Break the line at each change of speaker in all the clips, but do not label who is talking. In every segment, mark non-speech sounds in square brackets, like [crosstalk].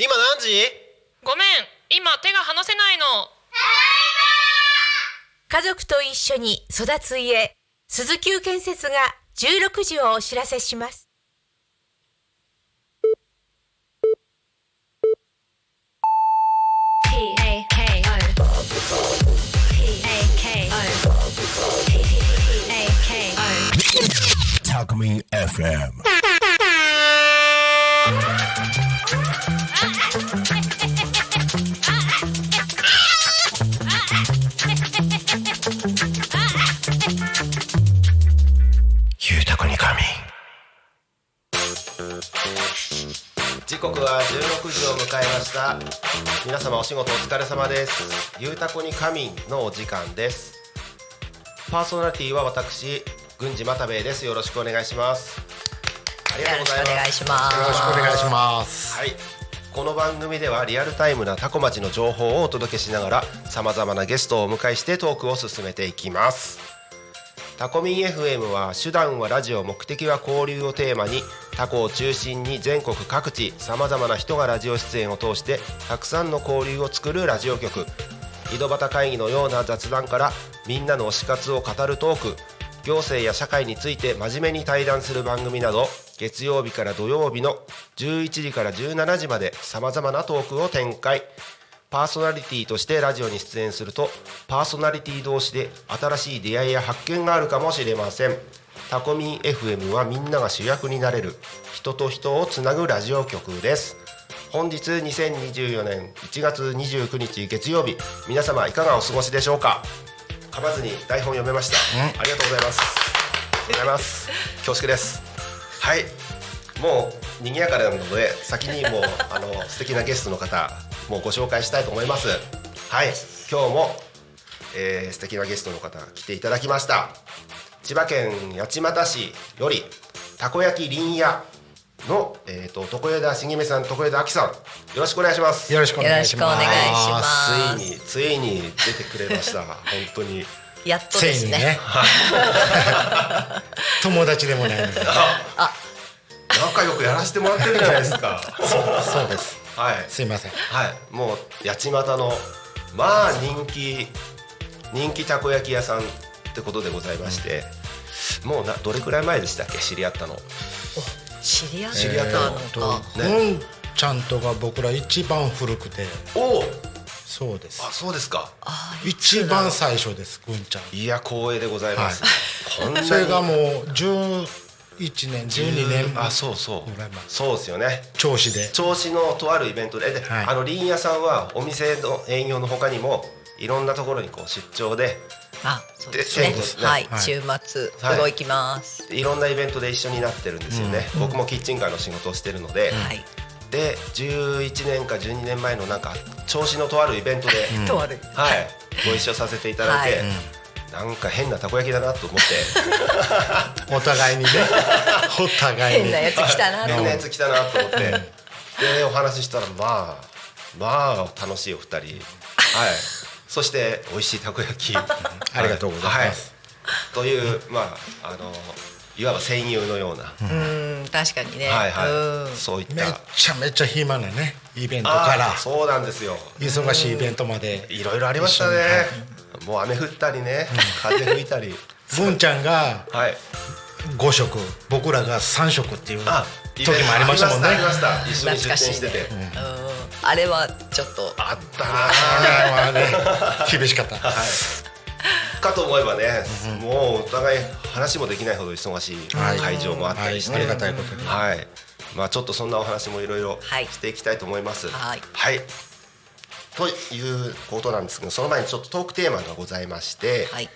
何時
ごめん今手が離せないの
家族と一緒に育つ家鈴木建設が16時をお知らせします
タクミン FM ゆうたこにかみ
時刻は16時を迎えました皆様お仕事お疲れ様ですゆうたこに仮眠のお時間ですパーソナリティは私郡司又兵衛ですよろしくお願いしますありがとうございます
よろしくお願いします
よろしくお願いします
はい。この番組ではリアルタイムなタコ町の情報をお届けしながらさまざまなゲストをお迎えしてトークを進めていきますタコミン FM は手段はラジオ目的は交流をテーマにタコを中心に全国各地さまざまな人がラジオ出演を通してたくさんの交流を作るラジオ局井戸端会議のような雑談からみんなの推し活を語るトーク行政や社会について真面目に対談する番組など月曜日から土曜日の11時から17時までさまざまなトークを展開パーソナリティとしてラジオに出演するとパーソナリティ同士で新しい出会いや発見があるかもしれませんタコミン FM はみんなが主役になれる人と人をつなぐラジオ局です本日2024年1月29日月曜日皆様いかがお過ごしでしょうか噛まずに台本読めましたありがとうございますありがとうございます恐縮ですはいもう賑やかなので先にもうあの素敵なゲストの方もうご紹介したいと思いますはい今日も、えー、素敵なゲストの方来ていただきました千葉県八街市よりたこ焼き林屋の、えー、と徳枝茂美さん徳枝亜紀さんよろしくお願いします
よろしくお
よ
願
ろ
いし
しくお願
ます
いし
す
ま
ついについに出てくれました本当に
す。やっとで
つい
す
に
ね。
ね [laughs] 友達でもないのに
仲良くやらせてもらってるじゃないです [laughs] か
そうです
はい
すいません
はいもう八街のまあ人気人気たこ焼き屋さんってことでございまして、もうなどれくらい前でしたっけ知り合ったの
知り合っ
知り合ったた
の
の
と
か。
ね
ゴンちゃんとが僕ら一番古くて
おお
そうです
あそうですか
一番最初ですゴンちゃん
いや光栄でございます、こんなに
それがもう11年12年
あそうそう
ぐらい前
そうですよね
調子で
銚子のとあるイベントでで、
はい
あの林屋さんはお店の営業のほかにもいろんなところにこう出張で
あ、そうです
そう
ね
です。ね
はい
は、い
週末
はい
動きます。
いろんなイベントで一緒になってるんですよね、僕もキッチンカーの仕事をしてるので、
はい。
で11年か12年前のなんか調子のとあるイベントで、
とある。
はい、ご一緒させていただいて、なんか変なたこ焼きだなと思って
お互いにねお互い
変
に
なやつ来たな
変
と
な
思っ
や
て。
つ来たなと思ってでお話ししたらまあまあ楽しいお二人はいそして美味しいたこ焼きあ
りがとうございます、
はいというまああのいわば戦友のような、
うん、確かにね。
はいは
うん
いそういった
めっちゃめちゃ暇なねイベントか
あ
ら
ーそうなんですよ
忙しいイベントまで
いろいろありましたねもう雨降ったりね風吹いたり
ゴンちゃんが
はい
5食僕らが3食っていう時も
あ
ありましたもんね
ありましたありました一緒に出
懐
店
かしいね
してて、
うんあれはちょっと。
あったな
あれはね厳しかった
はいかと思えばね、もうお互い話もできないほど忙しい
はい
会場もあったりして、
はいありがたいことに
はいまあちょっとそんなお話もいろいろ
はい
していきたいと思います。
はい
ということなんですけど、その前にちょっとトークテーマがございまして、
はい。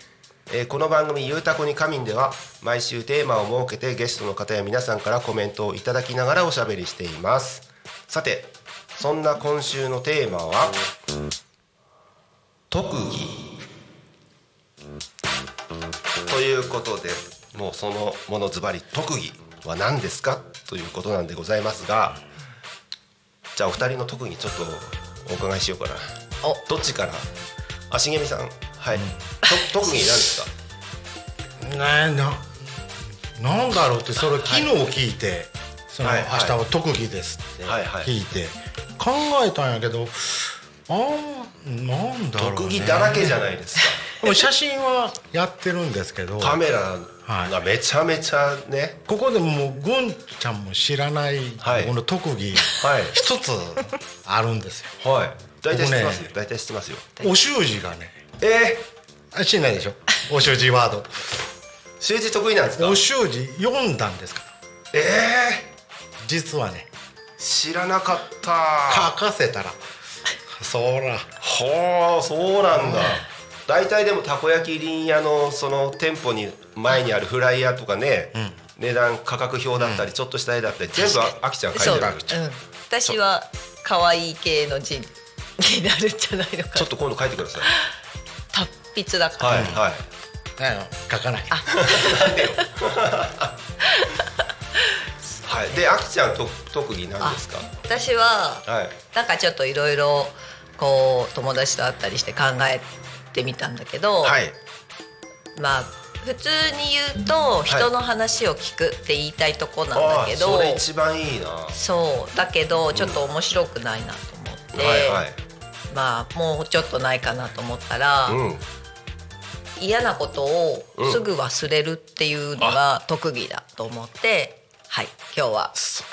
えーこの番組「ゆうたこに仮眠」では毎週テーマを設けてゲストの方や皆さんからコメントをいただきながらおしゃべりしていますさてそんな今週のテーマは特技ということでもうそのものズバリ特技は何ですかということなんでございますがじゃあお二人の特技ちょっとお伺いしようかな
お、
どっちからあしげみさんはい、と特技何ですか
ねななんだろうってそれ昨日聞いて、その
はい
明日は特技ですって
はいはい
聞いて、考えたんやけどあーなんだろう、ね、
特技だらけじゃないです
でも写真はやってるんですけど
かカメラがめちゃめちゃね
ここでもうゴンちゃんも知らない
はい
この特技
はい
一つあるんですよ。
はい大体知ってます
僕
よ大体知ってますよ
お習字がね
え
あ知んないでしょお習字ワー
ー、習字得意なんですか
ドお習字読んだんですから
え
実はね
ー、知らなかった
書かせたらそら
はあそうなんだ大体でもたこ焼き林屋のその店舗に前にあるフライヤーとかね、値段価格表だったりちょっとした絵だったり全部あきちゃん書
そ
いうてる
だ、
わ
うん
けじゃん、
私は可愛い系の字になるんじゃないのか
ちょ
な
っと今度書いてください
達筆だから、
はいはい
あの書かない
はいであきちゃんと特技なんですか
私は
はい
なんかちょっといろいろこう友達と会ったりして考えてみたんだけど、
はい
まあ普通に言うと人の話を聞くって言いたいとこなんだけど、
あーそれ一番いいなは
そうだけどちょっと面白くないなと思って、
いはい、
まあもうちょっとないかなと思ったら、
うん
嫌なことをすぐ忘れるっていうのが特技だと思って、はい今日は [laughs]
そ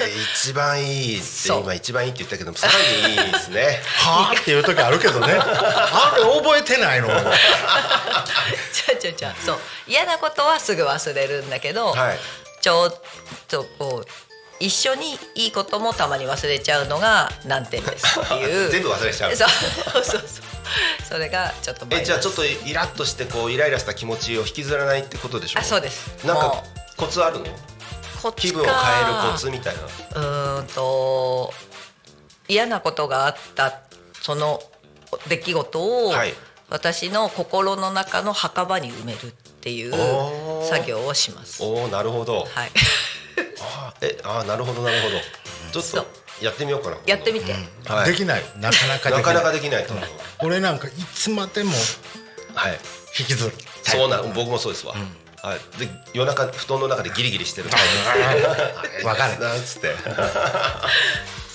れ一番いいって
そう
今一番いいって言ったけどもさらにいいですね
はあっていう時あるけどねあれ覚えてないの
じゃあじゃあじゃあそう嫌なことはすぐ忘れるんだけど、
はい
ちょっとこう一緒にいいこともたまに忘れちゃうのが難点ですっていう
全部忘れちゃう [laughs]
そうそうそうそうそれがちょっとマイ
え
ナス
じゃあちょっとイラッとしてこうイライラした気持ちを引きずらないってことでしょ
あそうです
なんか
も
コツあるの
うコツか
気分を変えるコツみたいな
うーんと嫌なことがあったその出来事を、
はい
私の心の中の墓場に埋めるっていう
おー
作業をします。
おおなるほど、
はい、 [laughs]
あーえあーなるほどなるほどちょっ
そ
とやってみようかな
やってみて、
今度はい
できないなかなかできない
なかなかできないと思う、
俺なんかいつまでも
はい
引きずる
そうな僕もそうですわ、はい、で夜中布団の中でギリギリしてる
わかる
なんつって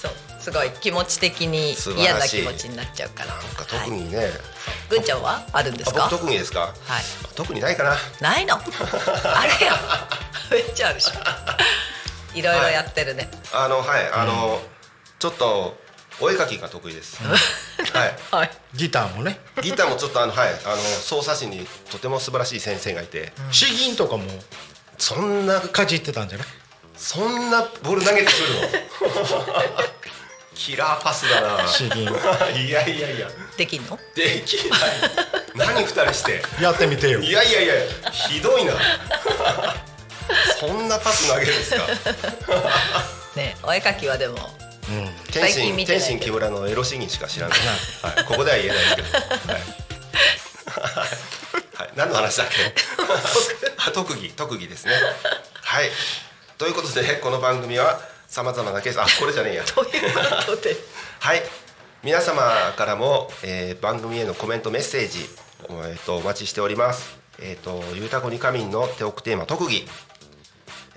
そうすごい気持ち的に
素晴
嫌
ら
な
しい
気持ちになっちゃうか
な
ら。
んか特
はい、
にね、
ぐんちゃんはあるんです
あ
か？
僕特にですか
はい。
特にないかな
ないの？あ [laughs] れや、めっちゃあるし。いろいろやってるね。
あのはいあの、ちょっとお絵描きが得意です、はい
はい。
ギターもね
ギターもちょっとあのはいあの操作士にとても素晴らしい先生がいて、
詩吟とかも
そんな
かじってたんじゃない
そんなボール投げてくるのキラーパスだ
詩吟
な [laughs] いやいやいや
できんの？
できない何二人して
やってみてよ
いやいやいやひどいなそんなパス投げるんですか
ね、お絵描きはでも
天
最近
心
見てな
天
い
心
けど
木村のエロ詩吟しか知らない、はい、ここでは言えないですけど、はいはい、何の話だ
[laughs]
っけあ特技特技ですねはいということでこの番組はさまざまなケースあこれじゃねえや
ということで。
はい皆様からも、えー番組へのコメントメッセージ、えー、とお待ちしておりますえっ、とゆうたこにかみんの手おくテーマ特技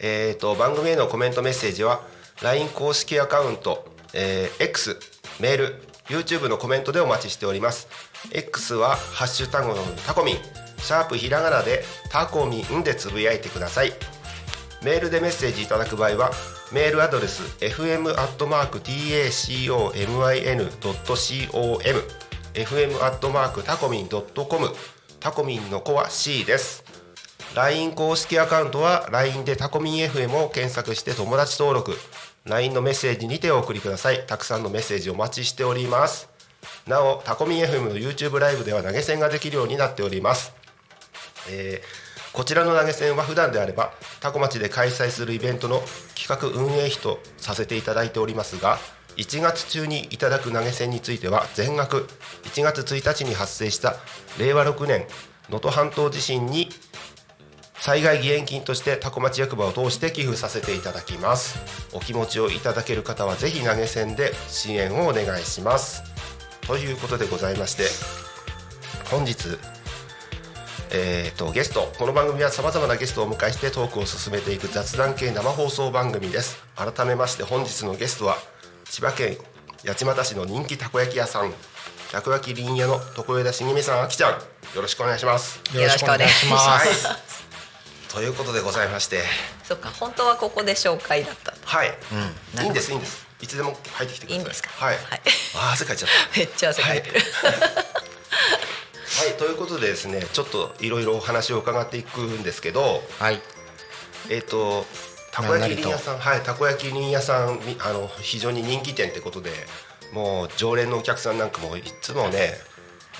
えっ、と番組へのコメントメッセージは LINE 公式アカウント、えー X メール YouTube のコメントでお待ちしております X は「ハッシュタグのタコミン」シャープひらがなでタコミンでつぶやいてくださいメールでメッセージいただく場合はメールアドレス fm.tacomin.com fm.tacomin.com タコミンの子は C です LINE 公式アカウントは LINE でタコミン FM を検索して友達登録 LINE のメッセージにてお送りくださいたくさんのメッセージお待ちしておりますなおタコミン FM の YouTube ライブでは投げ銭ができるようになっておりますえーこちらの投げ銭は普段であればタコ町で開催するイベントの企画運営費とさせていただいておりますが1月中にいただく投げ銭については全額1月1日に発生した令和6年能登半島地震に災害義援金としてタコ町役場を通して寄付させていただきますお気持ちをいただける方はぜひ投げ銭で支援をお願いしますということでございまして本日えー、とゲストこの番組はさまざまなゲストをお迎えしてトークを進めていく雑談系生放送番組です改めまして本日のゲストは千葉県八街市の人気たこ焼き屋さんたこ焼き林家の床枝茂美さんあきちゃんよろしくお願いします
よろしくお願いします
はいということでございまして
そっか本当はここで紹介だった
はい、
うん
いいんですいいんですいつでも入ってきてください
いいんですか
はい、
はい
あー汗かいちゃっ
めっちゃ汗かいてる、
たはいということでですねちょっといろいろお話を伺っていくんですけど
はい
えっ、とたこ焼き林
なんな
屋
り
さんはいたこ焼き林屋さんにあの非常に人気店ってことでもう常連のお客さんなんかもいつもね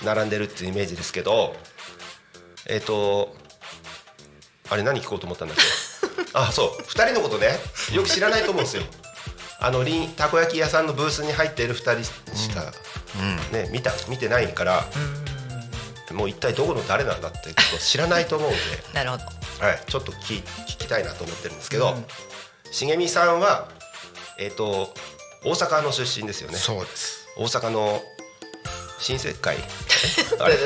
並んでるっていうイメージですけどえっ、とあれ何聞こうと思ったんだっ
[laughs]
けあそう2人のことねよく知らないと思うんですよあのりんたこ焼き屋さんのブースに入っている2人しか、ね、見た見てないから、もう一体どこの誰なんだってこと知らないと思うんで
なるほど
はい、ちょっと聞聞きたいなと思ってるんですけど、茂美さんは、えっと大阪の出身ですよね
そうです
大阪の新世 [laughs] 界あれ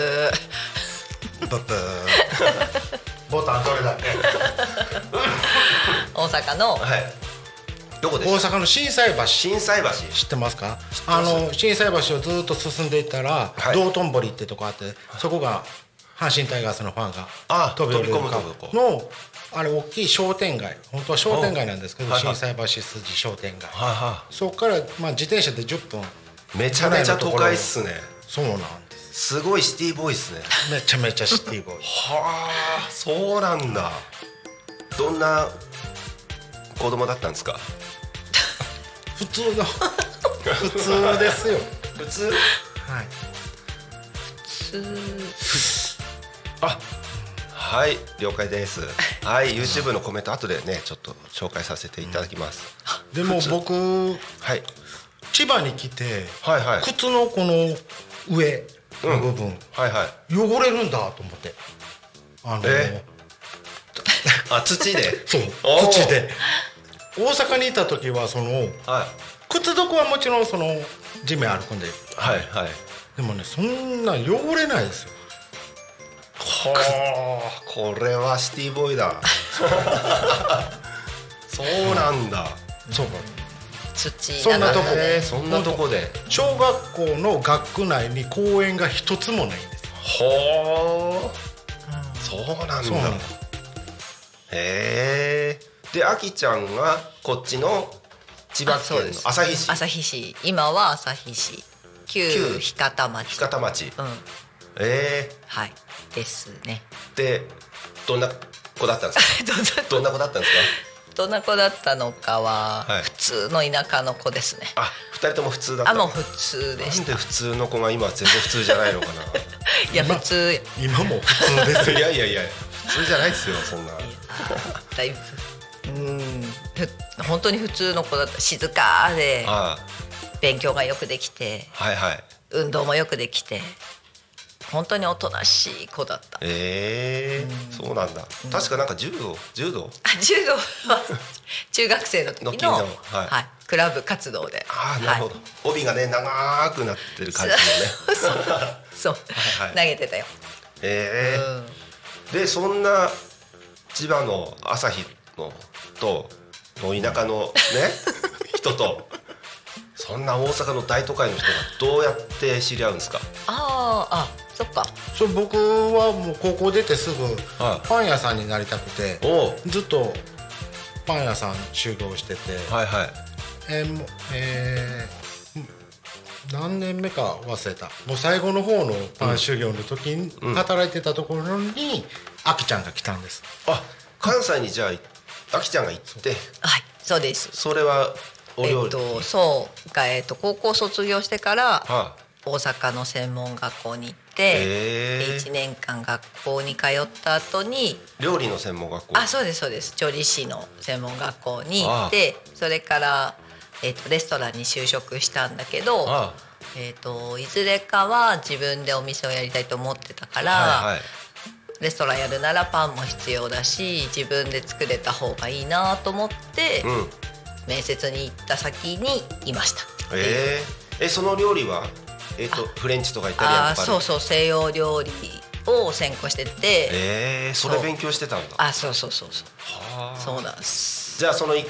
ブブーボタンどれだっけ
大阪の
はいどこで
大
すか
阪の心斎橋
心斎橋
知ってますか
ってま
あ
す
の心斎橋をずっと進んでいったら、
はい
道頓堀ってとこあってそこが阪神タイガースのファン
あ
が飛び降りる
飛び込むとこ
のあれ大きい商店街本当は商店街なんですけど
はいは
心
い
斎橋筋商店街
はいは
そこからまあ自転車で10分
いめちゃめちゃ都会っすね
そうなんです
すごいシティボーイっすね
めちゃめちゃシティボーイ
[laughs] はあそうなんだどんな子供だったんですか
普通の [laughs] 普通ですよ
普通
はい
す
あはい了解です [laughs] はい YouTube のコメント後でねちょっと紹介させていただきます、
でも僕
はい、
千葉に来て
はいはい
靴のこの上の部分、
はいはい
汚れるんだと思ってあの
えあ土で
[laughs] そう
おー
土で大阪にいた時はその
はい
靴底はもちろんその地面歩くんで
はいはい
でもねそんな汚れないですよ
はあこれはシティボーイ
[laughs]
だそうなんだ、
そう
土
そ
なん
なとこ
へえそんなとこで
小学校の学区内に公園が一つもないんです
ほあそうなん
そうな
だ
んだ
へえであきちゃんがこっちの千葉
あそう
県
です
の旭市
旭市今は旭市旧
旧
日方町
日方町
うん
ええ
はいですね
でどんな子だったん
[laughs]
ですか
どんな
どんな子だったんです
[laughs] どんな子だったのかは、
はい
普通の田舎の子ですね
かあ二人とも普通だった
あもう普通で
な
し
ん
た
で普通の子が今は全然普通じゃないのかな
いや普通
今も
[laughs]
普通です
いやいやいや普通じゃないですよそんな
だいぶうんふ本当に普通の子だった静かで
あ
勉強がよくできて
あはいはい
運動もよくできて本当におとなしい子だった
ええそうなんだ確かなんか柔道柔道
あ柔道
[laughs]
は中学生の時の
の時のはい
はい、クラブ活動で
ああなるほど、帯がね長くなってる感じのね
はい、そうそう、
[laughs] はい
投げてたよ、
ええ
うん
でそんな千葉の朝日のとの田舎
[laughs]
のね人とそんな大阪の大都会の人がどうやって知り合うんですか
あああそっか
そう僕はもう高校出てすぐ
はい
パン屋さんになりたくて
お
ずっとパン屋さん就業してて、
はいはい
えーもうえー何年目か忘れたもう最後の方のパン修行の時に
ん
働いてたところにあきちゃんが来たんです
あ関西にじゃああきちゃんが行って
はいそうです
それはお料理、
えっと、そうが、えっと、高校卒業してから
は
大阪の専門学校に行って、
いへ
1
え
年間学校に通った後に
料理の専門学校
あそうですそうです調理師の専門学校に行ってそれから、えっとレストランに就職したんだけど
あ
えっといずれかは自分でお店をやりたいと思ってたから、
はいはい
レストランやるならパンも必要だし自分で作れた方がいいなと思って、
うん
面接に行った先にいました。
えええその料理はえっ、とフレンチとかイタリア
あ
ン
ー
とか
そう
う
そう西洋料理を専攻してて、
ええそれ勉強してたんだ
あそうそうそうそう
はあ
そうなんです
じゃあそのい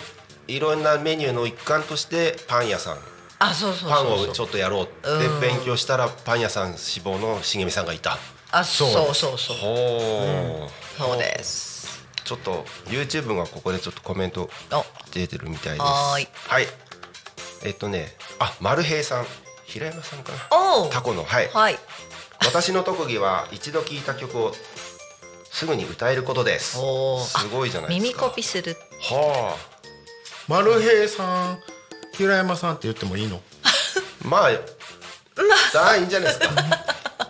いろんなメニューの一環としてパン屋さん
ああそうそう
パン
そう
を
そう
ちょっとやろうって勉強したらパン屋さん志望の茂美さんがいた
あそうそうそう
ほう
そうです
ちょっと YouTube がここでちょっとコメント
お
出てるみたいです
はーい
はいえっとねあ丸平さん平山さんかな
おう
タコのはい
はい
私の特技は一度聴いた曲をすぐに歌えることです
おー
すごいじゃないです
耳
か
コピする
は
丸平さん平山さんって言ってもいいの
あまあ
[laughs]
さあいいんじゃないですか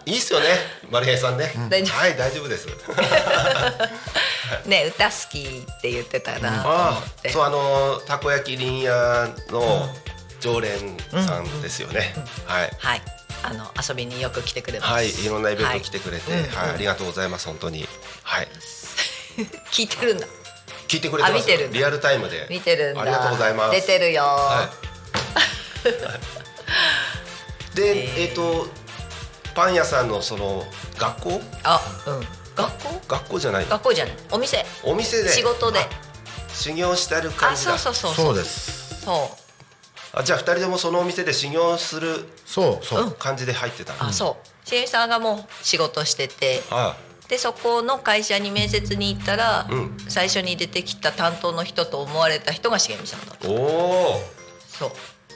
いいっすよね丸平さんね、
大丈夫
はい大丈夫です
ね歌好きって言ってたなと思
あ
っ
あ
て
そうあのーたこ焼き林屋の常連さんですよね、はい
はいあの遊びによく来てくれます
はい、いろんなイベント来て
て、
くれて、
は
はいい、
うん
ありがとうございます、本当に。はい、
はい聞いてるんだ
聞いてくれてま
あ見
す
てるんだ
リアルタイムで。
見てるんだ
ありがとうございます。
出てるよ、 [laughs]
はい。で、えっ、と、パン屋さんのその学校、
あうん学校
学校じゃない。
学校じゃないお店
お店で。
仕事で
あ。修行してある感
あ
じ
そ
だ。
うそうそう
そう
う
です
そう
あ、じゃあ、二人ともそのお店で修行する
そうそう、
感じで入ってた。
あそう新さんがもう仕事してて
あ
でそこの会社に面接に行ったら、
うん
最初に出てきた担当の人と思われた人が茂美さんだった
おおー。
そう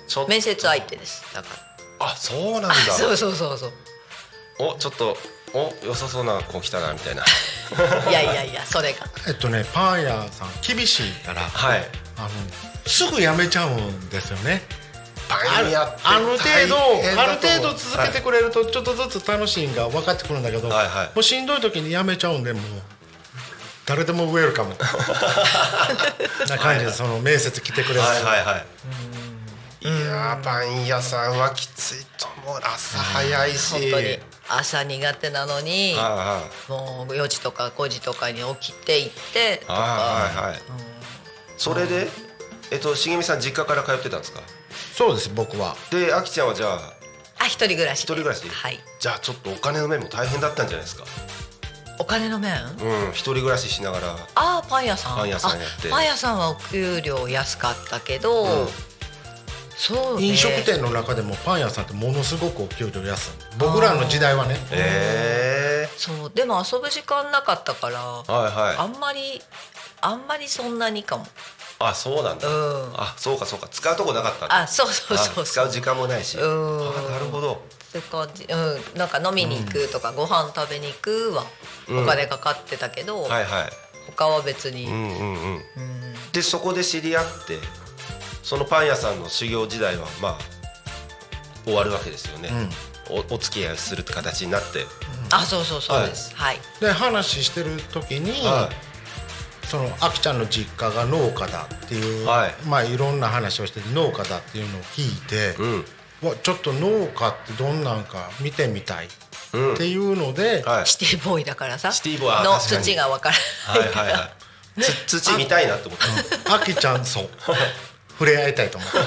ちょ
面接相手ですだから
あ、そうなんだ
あ。そうそうそうそう
お、ちょっと、お、良さそうな子来たなみたいな。
いやいやいやそれが
えっとねパン屋さん厳しいから
はい。
あのすぐ辞めちゃうんですよねあ
パン
る
屋って
ある程
大変
度
だと
ある
思う
程度続けてくれるとちょっとずつ楽しいんが分かってくるんだけど、
はいはい
もうしんどい時にやめちゃうんでもう誰でもウェル
[laughs]
カムな感じでその面接来てくれる、
はいはいはいいやーパン屋さんはきついと思う朝早いし
本当に朝苦手なのに
あ
もう4時とか5時とかに起きて行ってと
あはい
か
はいはいそれでえっと茂美さん実家から通ってたんですか
そうです僕は
であきちゃんはじゃあ
あ一人暮らし
一人暮らし
はい
じゃあちょっとお金の面も大変だったんじゃないですか
お金の面
うん一人暮らししながら
あーパン屋さん
パン屋さんやって
あパン屋さんはお給料安かったけど、
うん
そうね
飲食店の中でもパン屋さんってものすごくお給料安い僕らの時代はね
え
そうでも遊ぶ時間なかったから
えはい
あ
はい
んまりあんまりそんなにかも
あそうなん
う
だ
ん
あそうかそうか使うとこなかったんだ
あそうそうそ
あ
う
使
そう
時間もないしあ
うん
なるほど
そういう感じうんなんか飲みに行くとかご飯食べに行くは
うん
お金かかってたけど、
はいはい
他は別に、
うんうんうん
うん
でそこで知り合ってそのパン屋さんの修行時代はまあ終わるわけですよね、おお付き合いするって形になって、
あそうそうそうですはい、
で話してる時に、
は
そのあきちゃんの実家が農家だっていう、
はい
い、まあいろんな話をしてて農家だっていうのを聞いて、
い、うん
わちょっと農家ってどんなんか見てみたいっ
うん
ていうので、
はい
シティボーイだからさ
シティボーイあ
の
確かに
土がわから
はい
ないか
は
ら、
いはいつ土見たいなと思った
あきちゃんそう触れ合いたいと思
[laughs]
って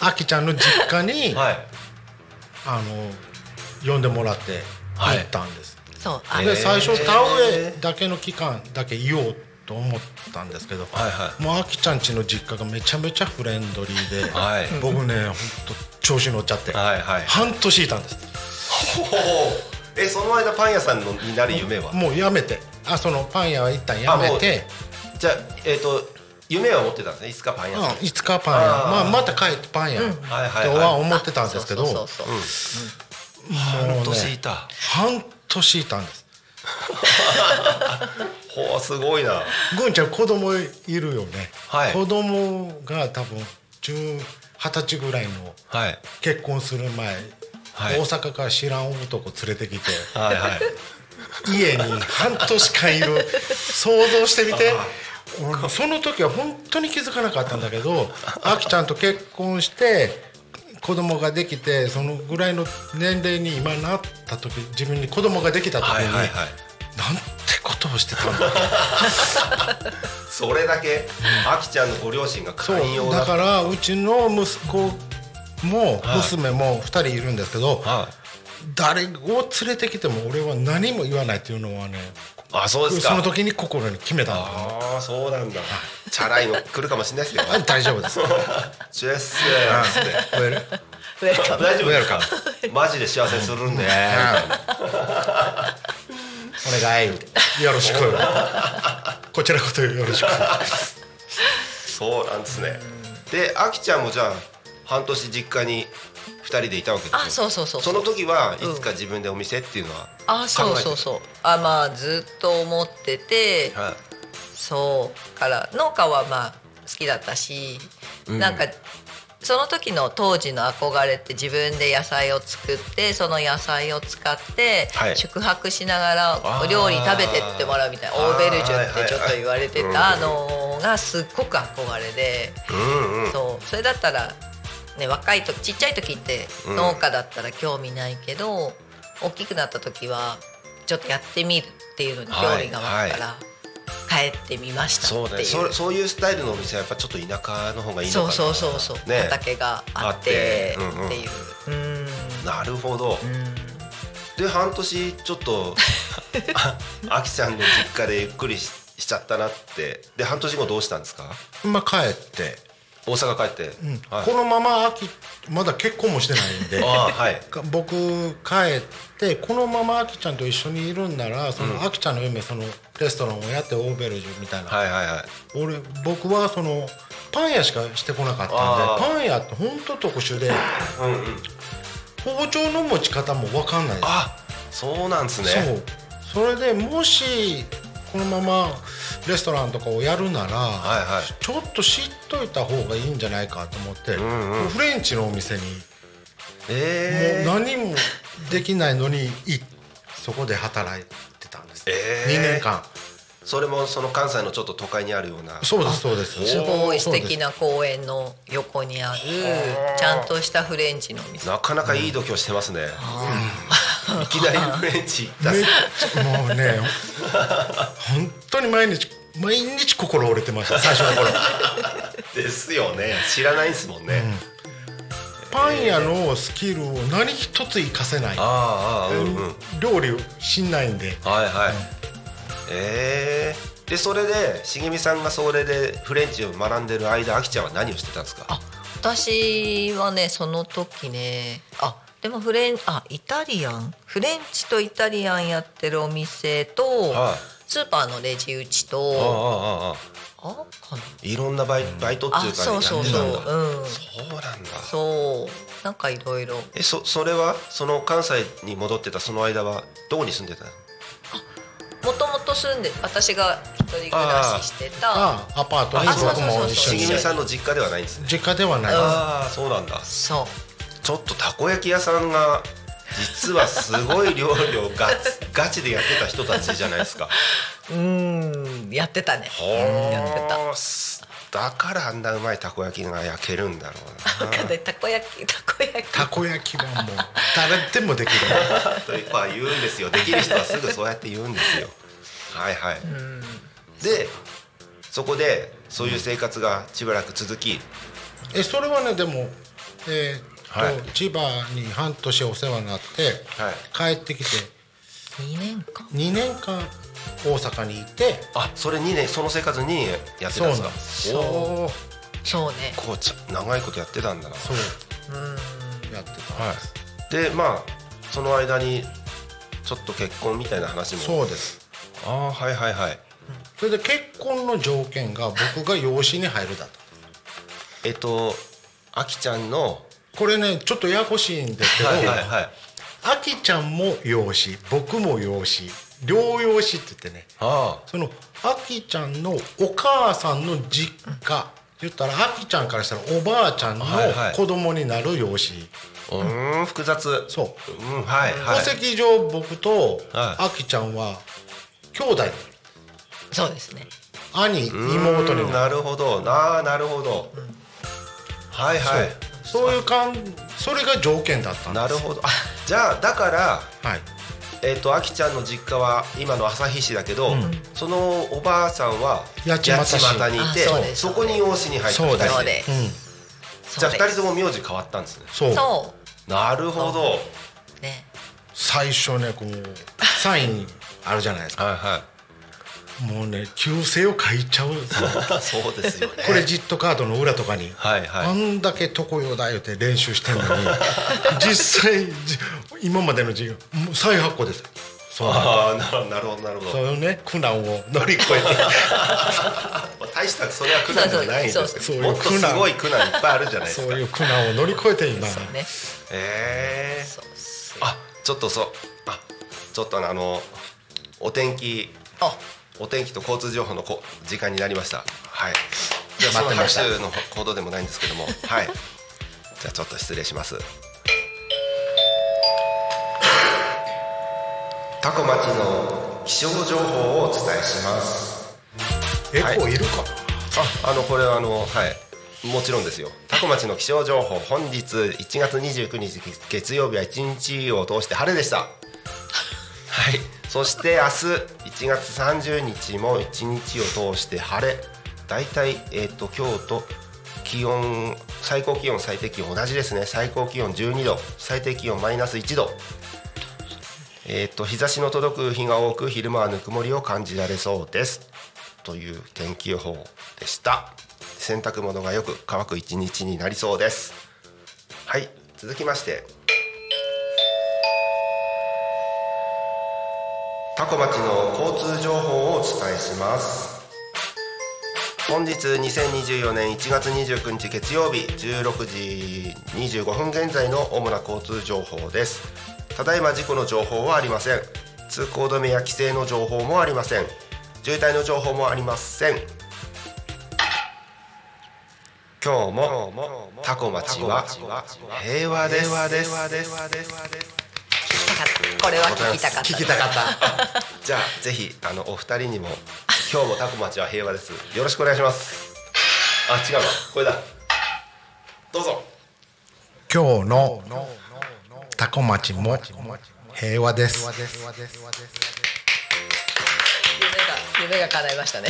あきちゃんの実家に、
はい
あの呼んでもらって
はい
行ったんです、
そうあ
へ
で
え
最初田植えだけの期間だけいようと思ったんですけど、
はいはい
もうあきちゃんちの実家がめちゃめちゃフレンドリーで、
はい
僕ね本当調子乗っちゃって、
はいはい
半年いたんです
ほほ [laughs] えその間パン屋さんのになる夢は
もうやめてあそのパン屋は一旦やめて
じゃあえっ、と夢は持ってたんですねいつかパン屋さん、
うん、いつかパン屋
あー
まあ、また帰ってパン屋って
はいはいはい
は思ってたんですけど
そうそ
も
うそう
うん
う
半年い
ね
た
半年いたんです
ほうすごいな
ぐんちゃん子供いるよね、
はい
子供が多分10二十歳ぐらいの
はい
結婚する前、
はい
大阪から知らん男連れてきて
はいはい
家に半年間いる想像してみて俺その時は本当に気づかなかったんだけどあきちゃんと結婚して子供ができてそのぐらいの年齢に今なった時自分に子供ができた時に、
はいはいはい
なんてことをして
[laughs]
たんだ
それだけあきちゃんのご両親が
そ
寛容
うだ
だ
か
っ
らうちの息子も
はい
娘も2人いるんですけど、
たはい
誰を連れてきても俺は何も言わないっていうのはね
あそうですか
その時に心に決めたんだよね
ああそうなんだチャラいの来るかもしれないですよ。
あ大丈夫です。 [laughs]
チェスやつって
ウェル
ウェルカム
大丈夫ですか。マジで幸せにするんで。
お願い。よろしく。こちらことよろしく。
そうなんですね。で、あきちゃんもじゃあ半年実家に二人でいたわけですよ
あそうそうそう
そうの時はいつか自分でお店っていうのは
あそうそうそうあまあずっと思ってて
はい
そうから農家はまあ好きだったし、
ん
なんかその時の当時の憧れって自分で野菜を作ってその野菜を使って
はい
宿泊しながら
あー
お料理食べてってもらうみたいなオーベルジュってちょっと言われて
はい
た
は
あのがすっごく憧れで。
うんうん
そうそれだったら、ね、若い時ちっちゃい時って
うん
農家だったら興味ないけど、大きくなった時はちょっとやってみるっていうのに興味が湧くから、帰ってみました
そう
ってい
ね
う
そそういうスタイルのお店はやっぱちょっと田舎の方がいいのか
そ
な
うそうそうそう、
ね
畑があって
あってうんうん
っていう。うん
なるほど
うん
で半年ちょっと
[laughs]
ああきちゃんの実家でゆっくりししちゃったなってで半年後どうしたんですか
まあ帰って、
大阪帰って、
うん
はい
このまま秋まだ結婚もしてないんで。
ああはい
か僕帰ってこのままあきちゃんと一緒にいるんならそのあきちゃんの夢そのレストランをやってオーベルジュみたいな、
はいはいはい
俺僕はそのパン屋しかしてこなかったんで
あー
パン屋って本当特殊で
うんうん
包丁の持ち方も分かんない
あそうなんですね
そうそれでもしこのままレストランとかをやるなら、
はいはい
ちょっと知っといた方がいいんじゃないかと思って、
んうん
フレンチのお店に
ええ
もう何もできないのにいそこで働いてたんです、
えー
2年間
それもその関西のちょっと都会にあるような
そうですそうです
すごい
そ
素
うです
敵な公園の横にあるちゃんとしたフレンチのお店
なかなかいい度胸してますね、いきなりフレンチ行った
めっちゃもう
[laughs]
ね本当に毎日毎日心折れてました最初
[laughs]
の頃
ですよね知らないですもんね、
パン屋のスキルを何一つ活かせない
ああああうんうん
料理をしないんで
はいはい、ええでそれで茂美さんがそれでフレンチを学んでる間あきちゃんは何をしてたんですか
あ私はねその時ねあでもフレンあイタリアンフレンチとイタリアンやってるお店と、
はい
スーパーのレジ打ち
あああ
と
あああ
あかない
ろんなバイバイトって
あ
いうか
そ
やっ
う
て
そ
たんだ
うそう
そう
うん
なんだ
そうなんかいろいろ
えそそれはその関西に戻ってたその間はどこに住んでたの
もともと住んで私が一人暮らししてた
ああアパートに
あそう
僕
そうそう
も一緒
茂
に
美さんの実家ではないんですね
実家ではない
うん
ああそうなんだ
そう
ちょっとたこ焼き屋さんが実はすごい料理をガツガチでやってた人たちじゃないですか。
うんやってたねうんやってた
ほーすだからあんなうまいたこ焼きが焼けるんだろう
わかんないたこ焼きたこ焼き
たこ焼きはもう誰でもできる
[laughs] なとまあ言うんですよできる人はすぐそうやって言うんですよ。はいはい、でそこでそういう生活がしばらく続き、
えそれはねでもえーっと、
はい
千葉に半年お世話になって、
はい、
帰ってきて
2年間
2年間大阪にいて
あそれ2年その生活にやってたんですか
そう
おー
そうね
こうちゃ長いことやってたんだな。
そう
うん
やってたんです、
でまあその間にちょっと結婚みたいな話も
そうです
ああはいはいはい
それで結婚の条件が僕が養子に入るだと
えっとあきちゃんの
これねちょっとややこしいんですけど、
はいはいはい
あきちゃんも養子僕も養子両養子って言ってね
あ
そのあきちゃんのお母さんの実家言ったらあきちゃんからしたらおばあちゃんの
はいはい
子供になる養子、
あうーん複雑う
そ
んはい
う、
はい
戸籍上僕と
は
あきちゃんは兄弟
そうですね
兄
うーん
妹にな
な
る
るほどなあなるほど、はいはい
そういう感それが条件だったんです
なるほどあじゃあだから
はい
えっとあきちゃんの実家は今の旭市だけど、そのおばあさんは
八街市
街にいて
あそうです
そこに養子に入った
そうです
そうです
うん
じゃあ
そう
2
です
人とも名字変わったんですね
そう
そ
なるほど
うね
最初ねこうサインあるじゃないですか
はいは
もうね旧姓を書いちゃう
[laughs] そうですよね
クレジットカードの裏とかに、
はいはい
あんだけ常用だよって練習してんのに [laughs] 実際じ今までの授業もう再発行ですそ
[laughs]
う
ああなるほどなるほ
そ
ど
のね苦難を乗り越えて
まあ大したそれは苦難じゃないんですけど
そうそう
もっとすごい苦難いっぱいあるじゃないです
そ
か
ういう苦難を乗り越えて今
そうね
ええ
そうそう
あちょっとそうあちょっとあのお天気
あ
お天気と交通情報のこ時間になりましたはいじゃあその
待ってま
拍
した
手の行動でもないんですけどもはいじゃあちょっと失礼しますタコ町の気象情報をお伝えします
エコーいるか、
ああのこれはあのはいもちろんですよタコ町の気象情報本日1月29日月曜日は一日を通して晴れでしたはいそして明日1月30日も一日を通して晴れ大体えっ、と今日と気温最高気温最低気温同じですね最高気温12度最低気温マイナス1度えっ、と日差しの届く日が多く昼間はぬくもりを感じられそうですという天気予報でした洗濯物がよく乾く一日になりそうですはい続きましてタコ町の交通情報をお伝えします本日2024年1月29日月曜日16時25分現在の主な交通情報ですただいま事故の情報はありません通行止めや規制の情報もありません渋滞の情報もありません今日もタコ町は平和です
これは聞きたかった
聞きたかった
じゃあぜひあのお二人にも今日もタコ町は平和ですよろしくお願いしますあ違うわこれだどうぞ
今日のタコ町も平和です
夢が夢が叶いましたね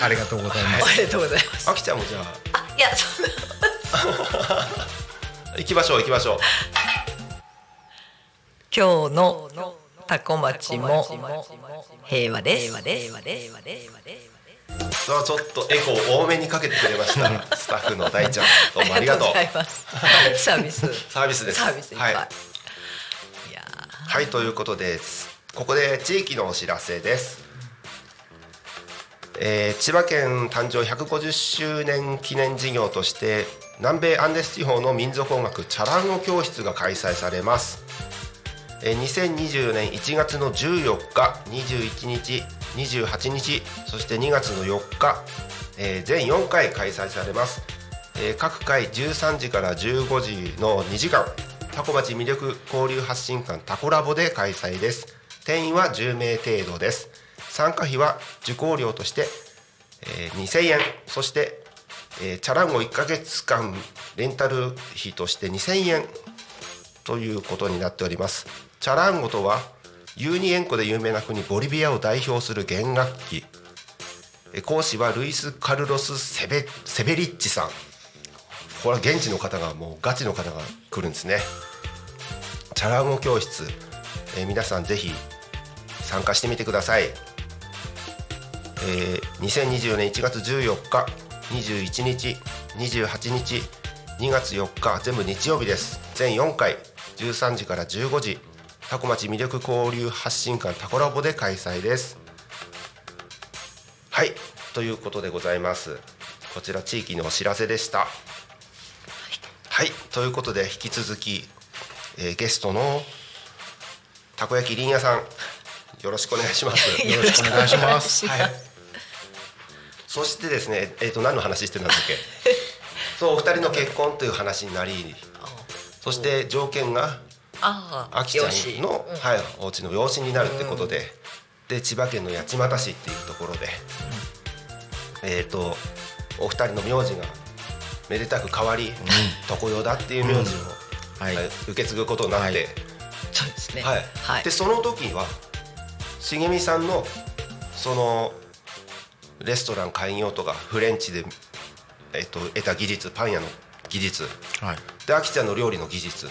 ありがとうございます
ありがとうございます
あきちゃんもじゃあ
あいやそんな
行きましょう行きましょう
今日のタコ町も平和です平和です平和です
それはちょっとエコー多めにかけてくれま
[laughs]
したスタッフの大ちゃんどうもあ
あ
り
り
が
が
と
と
う
うございますサービス
サービスです
サービスいっぱい、
はい
い、やー
はいということですここで地域のお知らせです、えー千葉県誕生150周年記念事業として南米アンデス地方の民族音楽チャランゴ教室が開催されます、えー2024年1月の14日21日28日そして2月の4日、えー全4回開催されますえー各回13時から15時の2時間タコ町魅力交流発信館タコラボで開催です定員は10名程度です参加費は受講料として、えー2000円そして、えーチャランゴ1ヶ月間レンタル費として2000円ということになっておりますチャランゴとはユーニ塩湖で有名な国ボリビアを代表する弦楽器え講師はルイス・カルロス・セベセベリッチさんこれは現地の方がもうガチの方が来るんですねチャラ語教室えー皆さんぜひ参加してみてください、えー2024年1月14日21日28日2月4日全部日曜日です全4回13時から15時タコ町魅力交流発信館タコラボで開催ですはい、ということでございます。こちら地域のお知らせでした。はい、ということで引き続き、えーゲストのたこ焼きりんやさん、よろしくお願いします。
[laughs]
よろしくお願いします
はい。そしてですね、えっ、と何の話してたんだっ [laughs] け？そう、お二人の結婚という話になり、そして条件が
あー
あきちゃんの、はい、お家の養子になるってことで、で千葉県の八街市っていうところで、えっ、とお二人の名字がめでたく変わり、常世だっていう名字を、
うん
はい
はい
受け継ぐことになって、
そうですね
はい
はい
でその時は茂美さんのそのレストラン開業とかフレンチで、えっと得た技術パン屋の技術
はい
であきちゃんの料理の技術、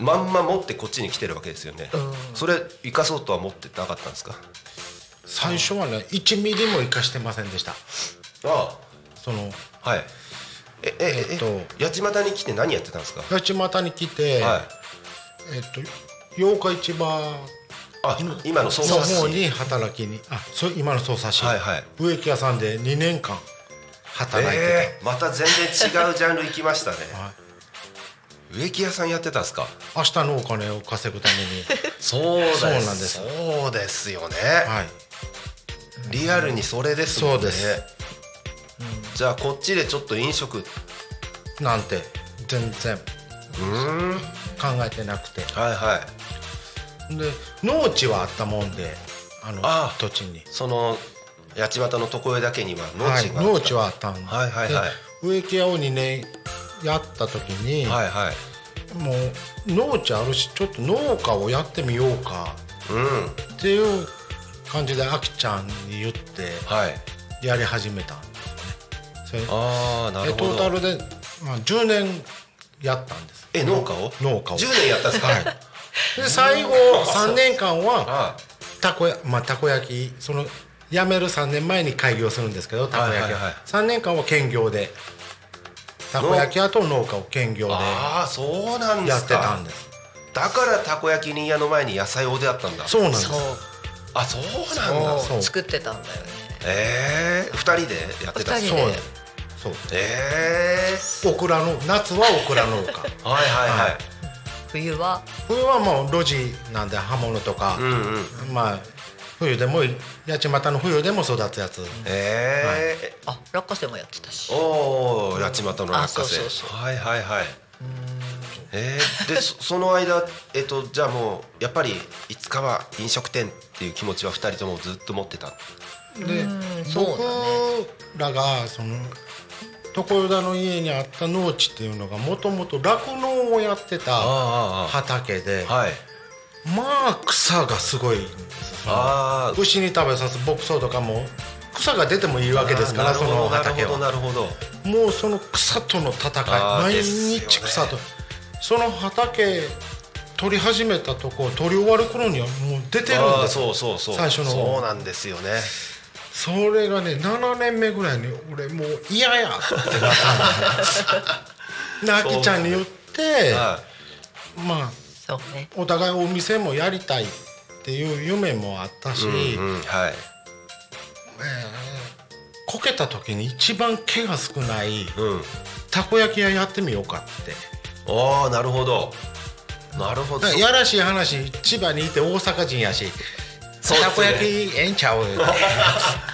まんま持ってこっちに来てるわけですよね、
うん
それ生かそうとは思ってなかったんですか
最初はね1ミリも生かしてませんでした
あ
その
あはいえええ
えっと
八街に来て何やってたんですか、
八街に来て、
はい
えっと八日市場
あ今の操作
の方
室
に働きにあそう今の捜査市、
はいはい
植木屋さんで2年間働いてて、
えー、また全然違うジャンル行きましたね
はい
植木屋さんやってたんですか
明日のお金を稼ぐため
そう
す
なんですそうですよね、 [laughs]
にはい
リアルにそれですもんね
そうです
じゃあこっちでちょっと飲食う
なんて全然
ーんはい
考えてなくて
はい
で農地はあったもんであの
あ
土地に
その八街の床屋だけには農
は
地
い
が、
農地はあったんで、
はいはいはい
で植木屋を2年やった時に、
はいはい
もう農地あるしちょっと農家をやってみようか
うん
っていう感じであきちゃんに言って
はい
やり始めたんですよねそれ
ああな
え
るほ
ト
ど
ータルで、まあ、10年やったんです
え農家を
農家
10
を
年やったんですか、はい、
で最後3年間は
あ
たこや、まあ、たこ焼きその辞める3年前に開業するんですけどたこ焼
はい
き
はいはい
は3年間は兼業でたこ焼き屋と農家を兼業で
あーそうなんで
や
す
って
か
たんです
だからたこ焼き人屋の前に野菜をであったんだ
そうなんです
そう
あそうなんだ
そ
そうう
作ってたんだよね
ええー、2人でやってたんです
二
か
そ
人
う
で
ですそう
ええ
オクラの夏はオクラ農家
ー、はいはいはい、
はい
冬は
冬はもう路地なんで刃物とか、
うんうん
まあ冬でも八街の冬でも育つやつ
ええー
あ落花生もやってたし
おお八街の落花生
あそうそうそう
はいはいはいえー、でそ [laughs] その間えっとじゃあもうやっぱりいつかは飲食店っていう気持ちは二人ともずっと持ってた
で
うんそう
僕
だね
らがその床田の家にあった農地っていうのがもともと酪農をやってた
あ
畑で
はい
まあ草がすごいんですよ
あー
牛に食べさす牧草とかも草が出てもいいわけですから
あー
その
なるほ
畑
ど
は
なるほどなるほ
もうその草との戦い
あー
毎
です
日
よね
草と、その畑取り始めたとこ取り終わる頃にはもう出てる
ど
ん
あー
ですよ
そうそうそう
最初の方
そうなんですよね
それがね7年目ぐらいに俺もう嫌やってなったん
[laughs]
だよであきちゃんに言って、
は
まあ
そうね
お互いお店もやりたいっていう夢もあったし、
い、うんうん、はい
こけた時に一番毛が少ない
うん
たこ焼き屋やってみようかって
ああなるほどなるほど
だからやらしい話千葉にいて大阪人やし、
そうっすね
たこ焼きええんちゃう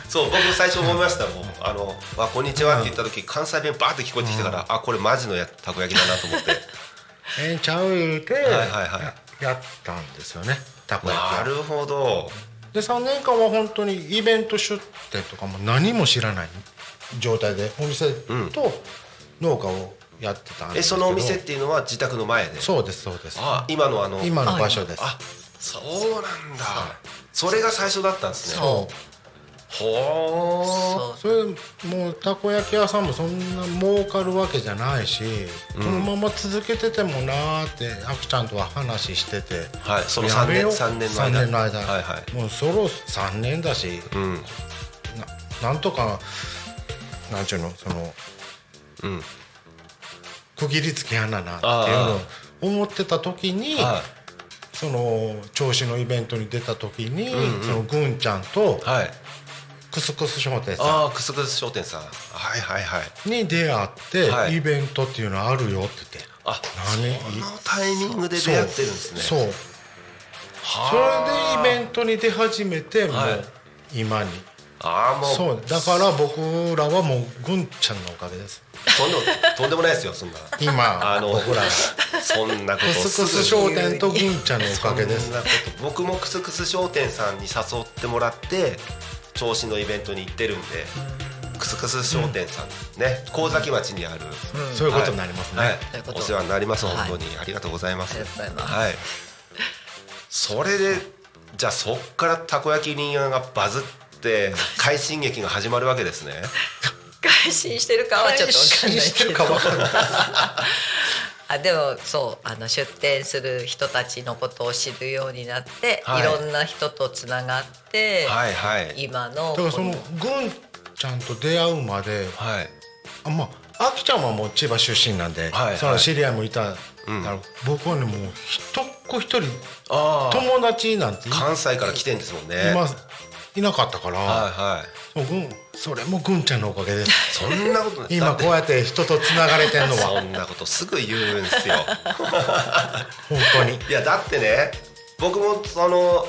そう僕最初思いましたもん「あのあこんにちは」って言った時関西弁バーって聞こえてきたから、あこれマジのやたこ焼きだなと思って
[laughs] ええんちゃう言うて、
いはいは
やったんですよねたこ焼き
な
屋
るほど
で3年間は本当にイベント出店とかも何も知らない状態でお店
うん
と農家をやってたんで
え
すけ
そ
ど、
のお店っていうのは自宅の前で
そうですそうです
あ今のあの
今の場所です
あそうなんだそれが最初だったんですね
そう
ほ
[laughs] そう
それもうたこ焼き屋さんもそんな儲かるわけじゃないし、このまま続けててもなーってあきちゃんとは話してて、
うはいその
や
3
め
年
よう
3年の間
三年の間
はいはい
もうそろ3年だし
うん
ななんとかなんちゅうのその
うん
区切りつけ花なって
あ
いうのを思ってた時に
は
その銚子のイベントに出た時に、
うんうん
そのぐんちゃんと
いはい
クスクス商店さ
ああくすくす商店さんはいはいはい
んに出会って、
はい
イベントっていうのあるよって言って
あ
何
そのタイミングで出会ってるんですね
そう
は
そ
あ
れでイベントに出始めてもう
はい
今に、
ああもう
そうだから僕らはもうぐんちゃんのおかげです
とんでもとんでもないですよそんな
今
あの [laughs]
僕らは
そんなこ
ク
と
スクス商店とぐんちゃんのおかげで
そ
す
んなこと僕もクスクス商店さんに誘ってもらって調子のイベントに行ってるんでクスクス商店さんね神崎町にある
そういうことになりますね、
はい
そういうこと
お世話になります本当にありがとうございます
ありがとうございます
はいそれでじゃあそっからたこ焼き人形がバズ
[laughs]
って快進撃が始まるわけですね
改心してるかはちょっとわかんない
し
け
て
ど
るか分かんない
ああでもそうあの出店する人たちのことを知るようになって、
はい
い、ろんな人とつながって、
はいはい
今の
だからその
こ
ぐんちゃんと出会うまで
はい
あまああきちゃんはもう千葉出身なん
は
で、
いはい
その知り合いもいただ
うん
ろう、僕はねもう一っ子一人
ああ
友達なんてい
関西から来てんですもんね
今いなかったから、
はいはい
そうぐんそれもぐんちゃんのおかげで
そんなことない [laughs] だ
今
って
こうやって人とつながれてんの
そ
は
んなことすぐ言うんですよ
本
[laughs]
当に
いやだってね僕もその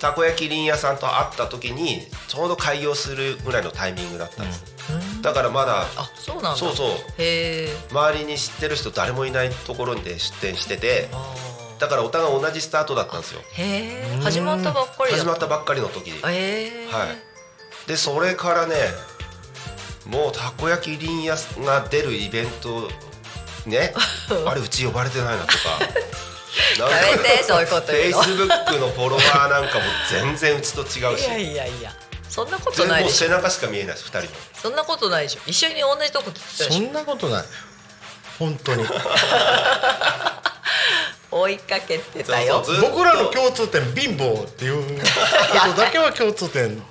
たこ焼き林屋さんと会った時にちょうど開業するぐらいのタイミングだったんです、
うん
だからまだ
あそうなんだ
そうそう
へえ
周りに知ってる人誰もいないところで出店してて
あー
だからお互い同じスタートだったんですよ
へ
うん
え始まったばっかりだ
始まったばっかりの時にはい
へえ
でそれからねもうたこ焼き林屋が出るイベント
[laughs]
ねあれうち呼ばれてないなとかなん
や
か
めてそういうこと
フェ
言
イ
うの
スブックのフォロワーなんかも全然うちと違う
い
し
やいやいやそんなこと
全
ない
部
でしょ
背中しか見えないです2人
そんなことないでしょ一緒に同じとこ来てたで
そ
し
んなことない本当に
ょ追いかけてたよ
そうそうずっと
僕らの共通点貧乏っていうことだけは共通
[laughs]
点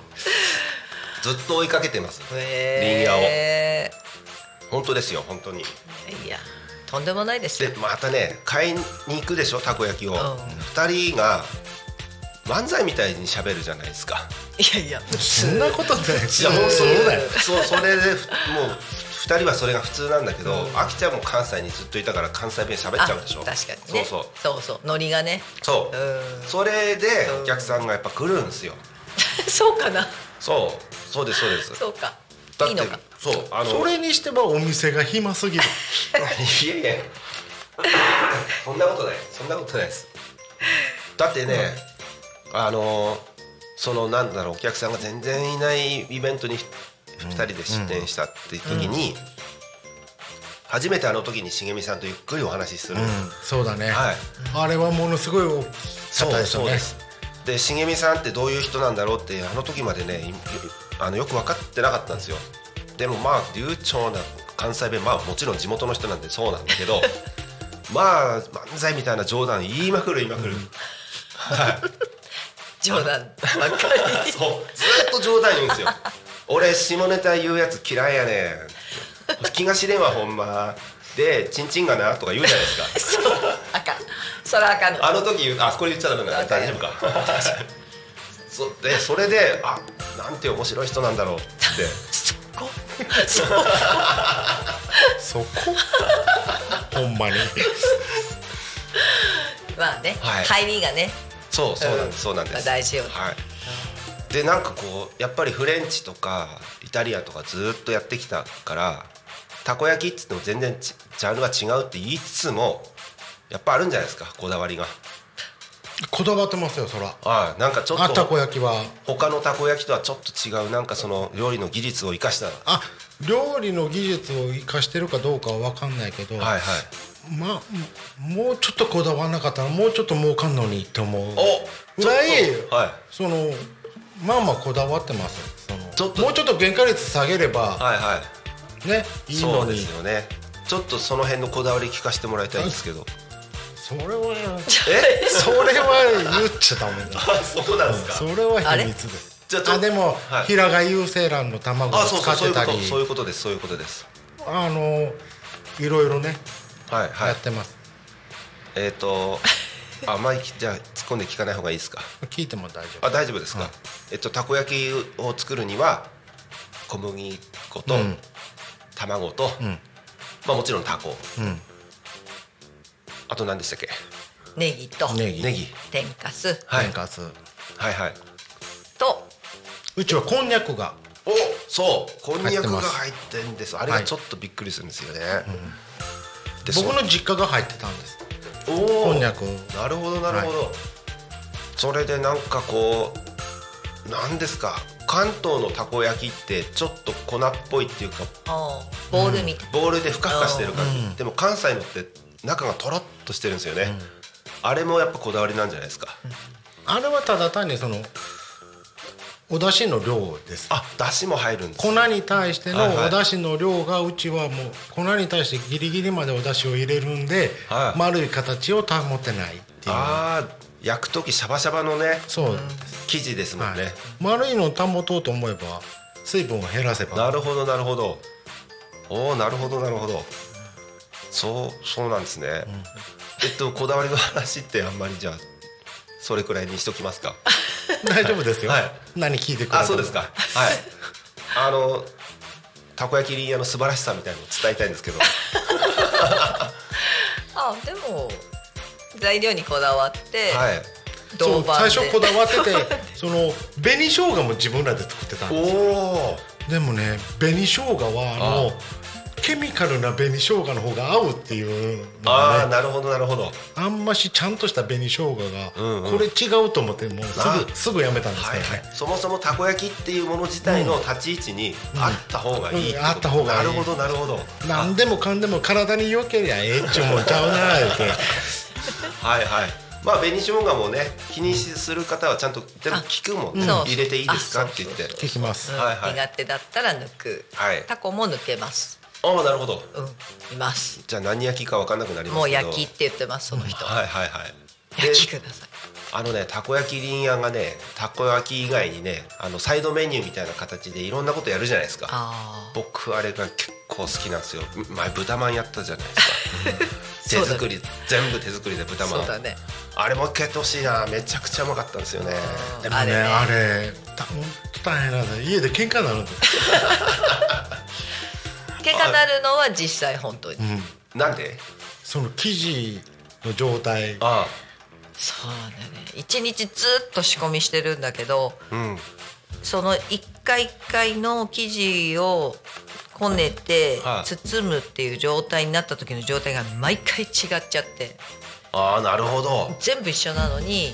ずっと追いかけてます
へえ
本当ですよ本当に
いやとんでもないです
で
よ
またね買いに行くでしょたこ焼きを、
ん
2人が漫才みたいに喋るじゃないですか
いやいや普
そ
通
んなことない
いや
もうそうだよ
そうそれでふもう2人はそれが普通なんだけど、あきちゃんも関西にずっといたから関西弁喋っちゃうでしょ
あ確かにね
そうそう
そうそうノリがね
そうう、
ん
それでお客さんがやっぱ来るんですよ
[laughs] そうかな
そうそうですそうです
そうか
だって
いいのか
そうあの
それにしてはお店が暇すぎ
[laughs]
る
いやいやそんなことないそんなことないですだってね、あのーそのなんだろうお客さんが全然いないイベントに2人で出店したっていう時に、初めてあの時にしげみさんとゆっくりお話しする、
うんそうだね、
はい
あれはものすごい大きか
そ
っ
う
たです
そ
よ
う
ね
ですでしげみさんってどういう人なんだろうってあの時までねいあのよく分かってなかったんですよでもまあ流暢な関西弁まあもちろん地元の人なんでそうなんだけど [laughs] まあ漫才みたいな冗談言いまくる言いまくる、
冗談ばっかり
そうずっと冗談言うんですよ [laughs] 俺下ネタ言うやつ嫌いやねん気が知れんわほんまで「チンチンがな」とか言うじゃないですか
あかんそれはあかんの
あの時言うあこれ言っちゃダメだね大丈夫かそでそれであなんて面白い人なんだろうって
そこそう
そこほん
[laughs]
まに
まあね、
はい
入りがね
そうそうなんです、
うん
そうなんです、
まあ大事よ
はい、でなんかこうやっぱりフレンチとかイタリアンとかずっとやってきたからたこ焼きっつっても全然ちジャンルが違うって言いつつもやっぱあるんじゃないですかこだわりが
こだわってますよそら
あなんかちょ
あ
った
こと焼きは
他のたこ焼きとはちょっと違うなんかその料理の技術を生かしたは
あ料理の技術を生かしてるかどうかは分かんないけど、
いはい
まあもうちょっとこだわらなかったらもうちょっと儲かんのにって思う
お
ぐらい
ちょっとはい
そのまあまあこだわってますその
ちょっと
もうちょっと原価率下げれば
はいはい
ねいい
そ
の
うで
に
すよねちょっとその辺のこだわり聞かせてもらいたいんですけ
[laughs]
ど
それは
え
それは言っちゃダメだ
あそうなんです
そ
か
れは秘密です
じゃあちょ
あでも、
はい
平賀優勢卵の卵を
あそう
使
そうそうい
って
うこ
た
と
り
そういうことですそういうことです
あのいろいろね、
はいは
や
い
ってます
えっ、とあまりじゃあ突っ込んで聞かない方がいいですか
聞いても大丈夫
あ大丈夫ですか、えっとたこ焼きを作るには小麦粉と、
うん
卵と、
うん
まあもちろんたこ
うん
あと何でしたっけ
ネギと
ネギ
ネギ
天かす
はい
天かす
はいはい
と
うちはこんにゃくが
おそうこんにゃくが
入ってます
入ってんですあれがちょっとびっくりするんですよね、で
僕の実家が入ってたんです
そお
こ
お
んにゃく
なるほどなるほど、それでなんかこうなんですか関東のたこ焼きってちょっと粉っぽいっていうか
あーボールみたい、
ボールでふかふかしてる感じ、
うん
でも関西のって中がとろっとしてるんですよね、あれもやっぱこだわりなんじゃないですか、
あれはただ単にそのお出汁の量です
あ出汁も入るんです
粉に対して
はい
の
はい
お出汁の量がうちはもう粉に対してギリギリまでお出汁を入れるんで、
はい
丸い形を保てないっていう
ああ焼く時シャバシャバのね
そう
生地ですもん
はい
ね、
丸いのを保とうと思えば水分を減らせ
な
ば
るほどなるほどおおなるほどなるほどそうそうなんですね、えっとこだわりの話ってあんまりじゃあそれくらいにしとき
[laughs]
ますか
[laughs] 大丈夫ですよ、
はい
何聞いてくれても
あそうですかはいあのたこ焼き林屋の素晴らしさみたいなのを伝えたいんですけど
あでも材料にこだわって、
はい
そ
銅
う
板
最
で
初こだわってて [laughs] その紅生姜も自分らで作ってたん
お
です
お
でもね紅生姜はあのケミカルな紅生姜の方が合うっていうの
ああ
がね
なるほどなるほど
あんましちゃんとした紅生姜が
うんうん
これ違うと思ってもうす
あ
ぐすぐやめたんです
は
け
い
ど
はい
ね、
そもそもたこ焼きっていうもの自体の立ち位置にあった方がいい、
うんあった方がいい
なるほどなるほど
何でもかんでも体に良けりゃええっちゅうもんちゃうなーって
はいはい。まあ紅生姜もね気にする方はちゃんとでも聞くもんね。
そう
入れていいですかって言って
あ。そう
聞きます
うん
はいはい
苦手だったら抜く、
はい
タコも抜けます
ああなるほど。
うんいます
じゃあ何焼きかわかんなくなりますけど。
もう焼きって言ってますその人、
はいはいはい。で
焼きください
あのねたこ焼き林屋がねたこ焼き以外にねあのサイドメニューみたいな形でいろんなことやるじゃないですか。
ああ
僕あれが結構好きなんですよ。前豚まんやったじゃない
[laughs]
ですか。手作り全部手作りで豚ま
そ
ん
う。だね
あれもう一回やってほしいなめちゃくちゃうまかったんですよね。
でもね
あれね
あれたほんと大変なんだ家で喧嘩になるんです、
喧嘩なるのは実際本当に、
うん、
なんで？
その生地の状態
あ
そうだね一日ずっと仕込みしてるんだけど
あうん。
その一回一回の生地をこねて
はい
包むっていう状態になった時の状態が毎回違っちゃって
ああなるほど
全部一緒なのに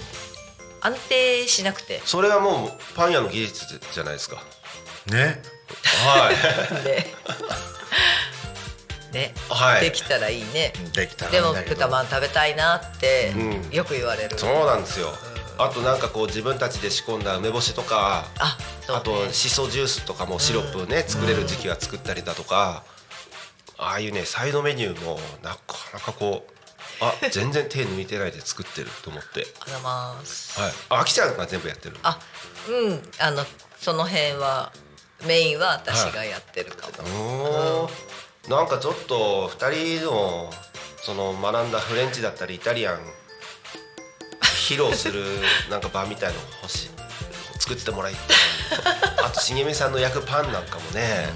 安定しなくて
それはもうパン屋の技術じゃないですか
ね
はい
でね、
はい
できたらいいね
できたらい
で
いん
も
だけど
豚まん食べたいなって
うん
よく言われる、
[laughs] そうなんですよあとなんかこう自分たちで仕込んだ梅干しとか
あそう
あ
ね
としそジュースとかもシロップをね作れる時期は作ったりだとかああいうねサイドメニューもなかなかこうあ全然手抜いてないで作ってると思って
ありがとうございます
はいあきちゃんが全部やってる
あうんあのその辺はメインは私がやってるかも、
おーなんかちょっと2人のその学んだフレンチだったりイタリアン披露するなんか場みたいのを欲しい作ってもらいたいあと茂みさんの焼くパンなんかもね、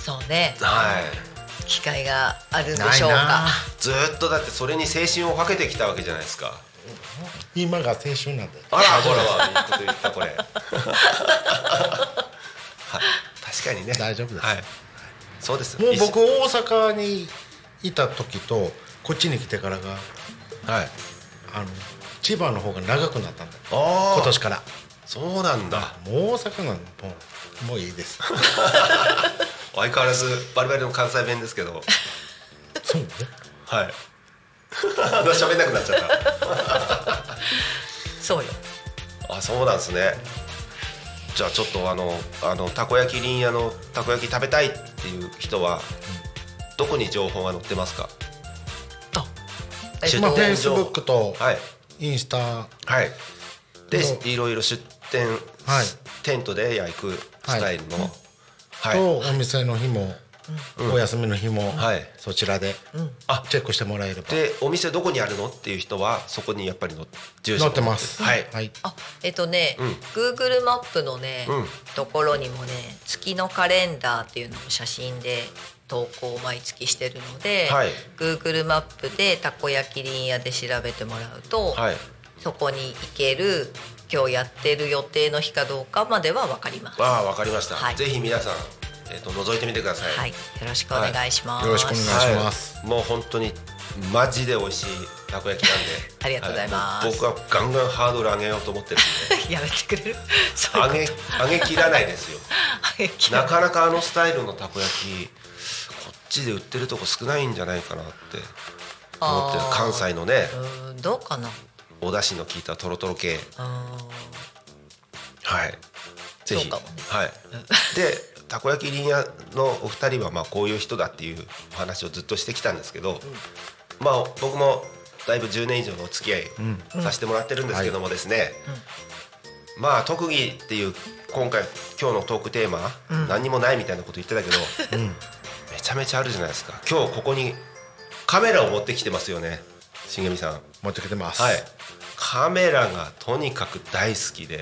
そうね
はい
機会があるんでしょうか
ずーっとだってそれに青春をかけてきたわけじゃないですか
今が青春なんだよ
あらほらはいいこと言ったこれはい確かにね
大丈夫です
はい、そうです
もう僕
一
大阪にいた時とこっちに来てからが
緒はい
あの千葉の方が長くなったんだよ
ああ
今年から
そうなんだ
もう大阪なんもうもういいです
[laughs] 相変わらずバリバリの関西弁ですけ
[laughs]
ど
そうね
はい喋んなくなっちゃっ
そうよ
たあそうなんですねじゃあちょっとあのあのたこ焼き林屋のたこ焼き食べたいっていう人はどこに情報が載ってますか
えっと
出
まあフ
店
ェイスブックと
はい
インスタ
はいで
もう
いろいろ出店、
はい
テントで焼くスタイルのはい、
とお店の日もお休みの日も
はい
そちらで
あ
チェックしてもらえれば
でお店どこにあるのっていう人はそこにやっぱりの住所
載ってます
はい、
はい
あえっとね、
うん
Google マップのね、
うん
ところにもね月のカレンダーっていうのを写真で投稿を毎月してるので、
はい
Google マップでたこ焼き林屋で調べてもらうと、
はい、
そこに行ける今日やってる予定の日かどうかまでは分かります。
ああわかりました、
はい
ぜひ皆さん、えっと覗いてみてください、
はい、よろしくお願いしま
は
す。
いよろしくお願いします
はい
ます
もう本当にマジで美味しいたこ焼きなんで
[laughs] ありがとうございます
はもう僕はガンガンハードル上げようと思
[laughs]
ってるん
やめてくれる。 [laughs] そういうこと
で上げ上げきらないです
[laughs]
よ
はいき
なかなかあのスタイルのたこ焼きこっちで売ってるとこ少ないんじゃないかなって思ってる
あー
関西のね
うーんどうかな。
お出汁の効いたとろとろ系
あー
はい。ぜひ。
そうかもね
はい。で、たこ焼き林屋のお二人はまあこういう人だっていうお話をずっとしてきたんですけど、まあ僕もだいぶ10年以上のお付き合いさせてもらってるんですけどもですね、まあ特技っていう今回今日のトークテーマ、何にもないみたいなこと言ってたけど、めちゃめちゃあるじゃないですか。今日ここにカメラを持ってきてますよね、茂美さん。
持ってきてます、
はい。カメラがとにかく大好きで。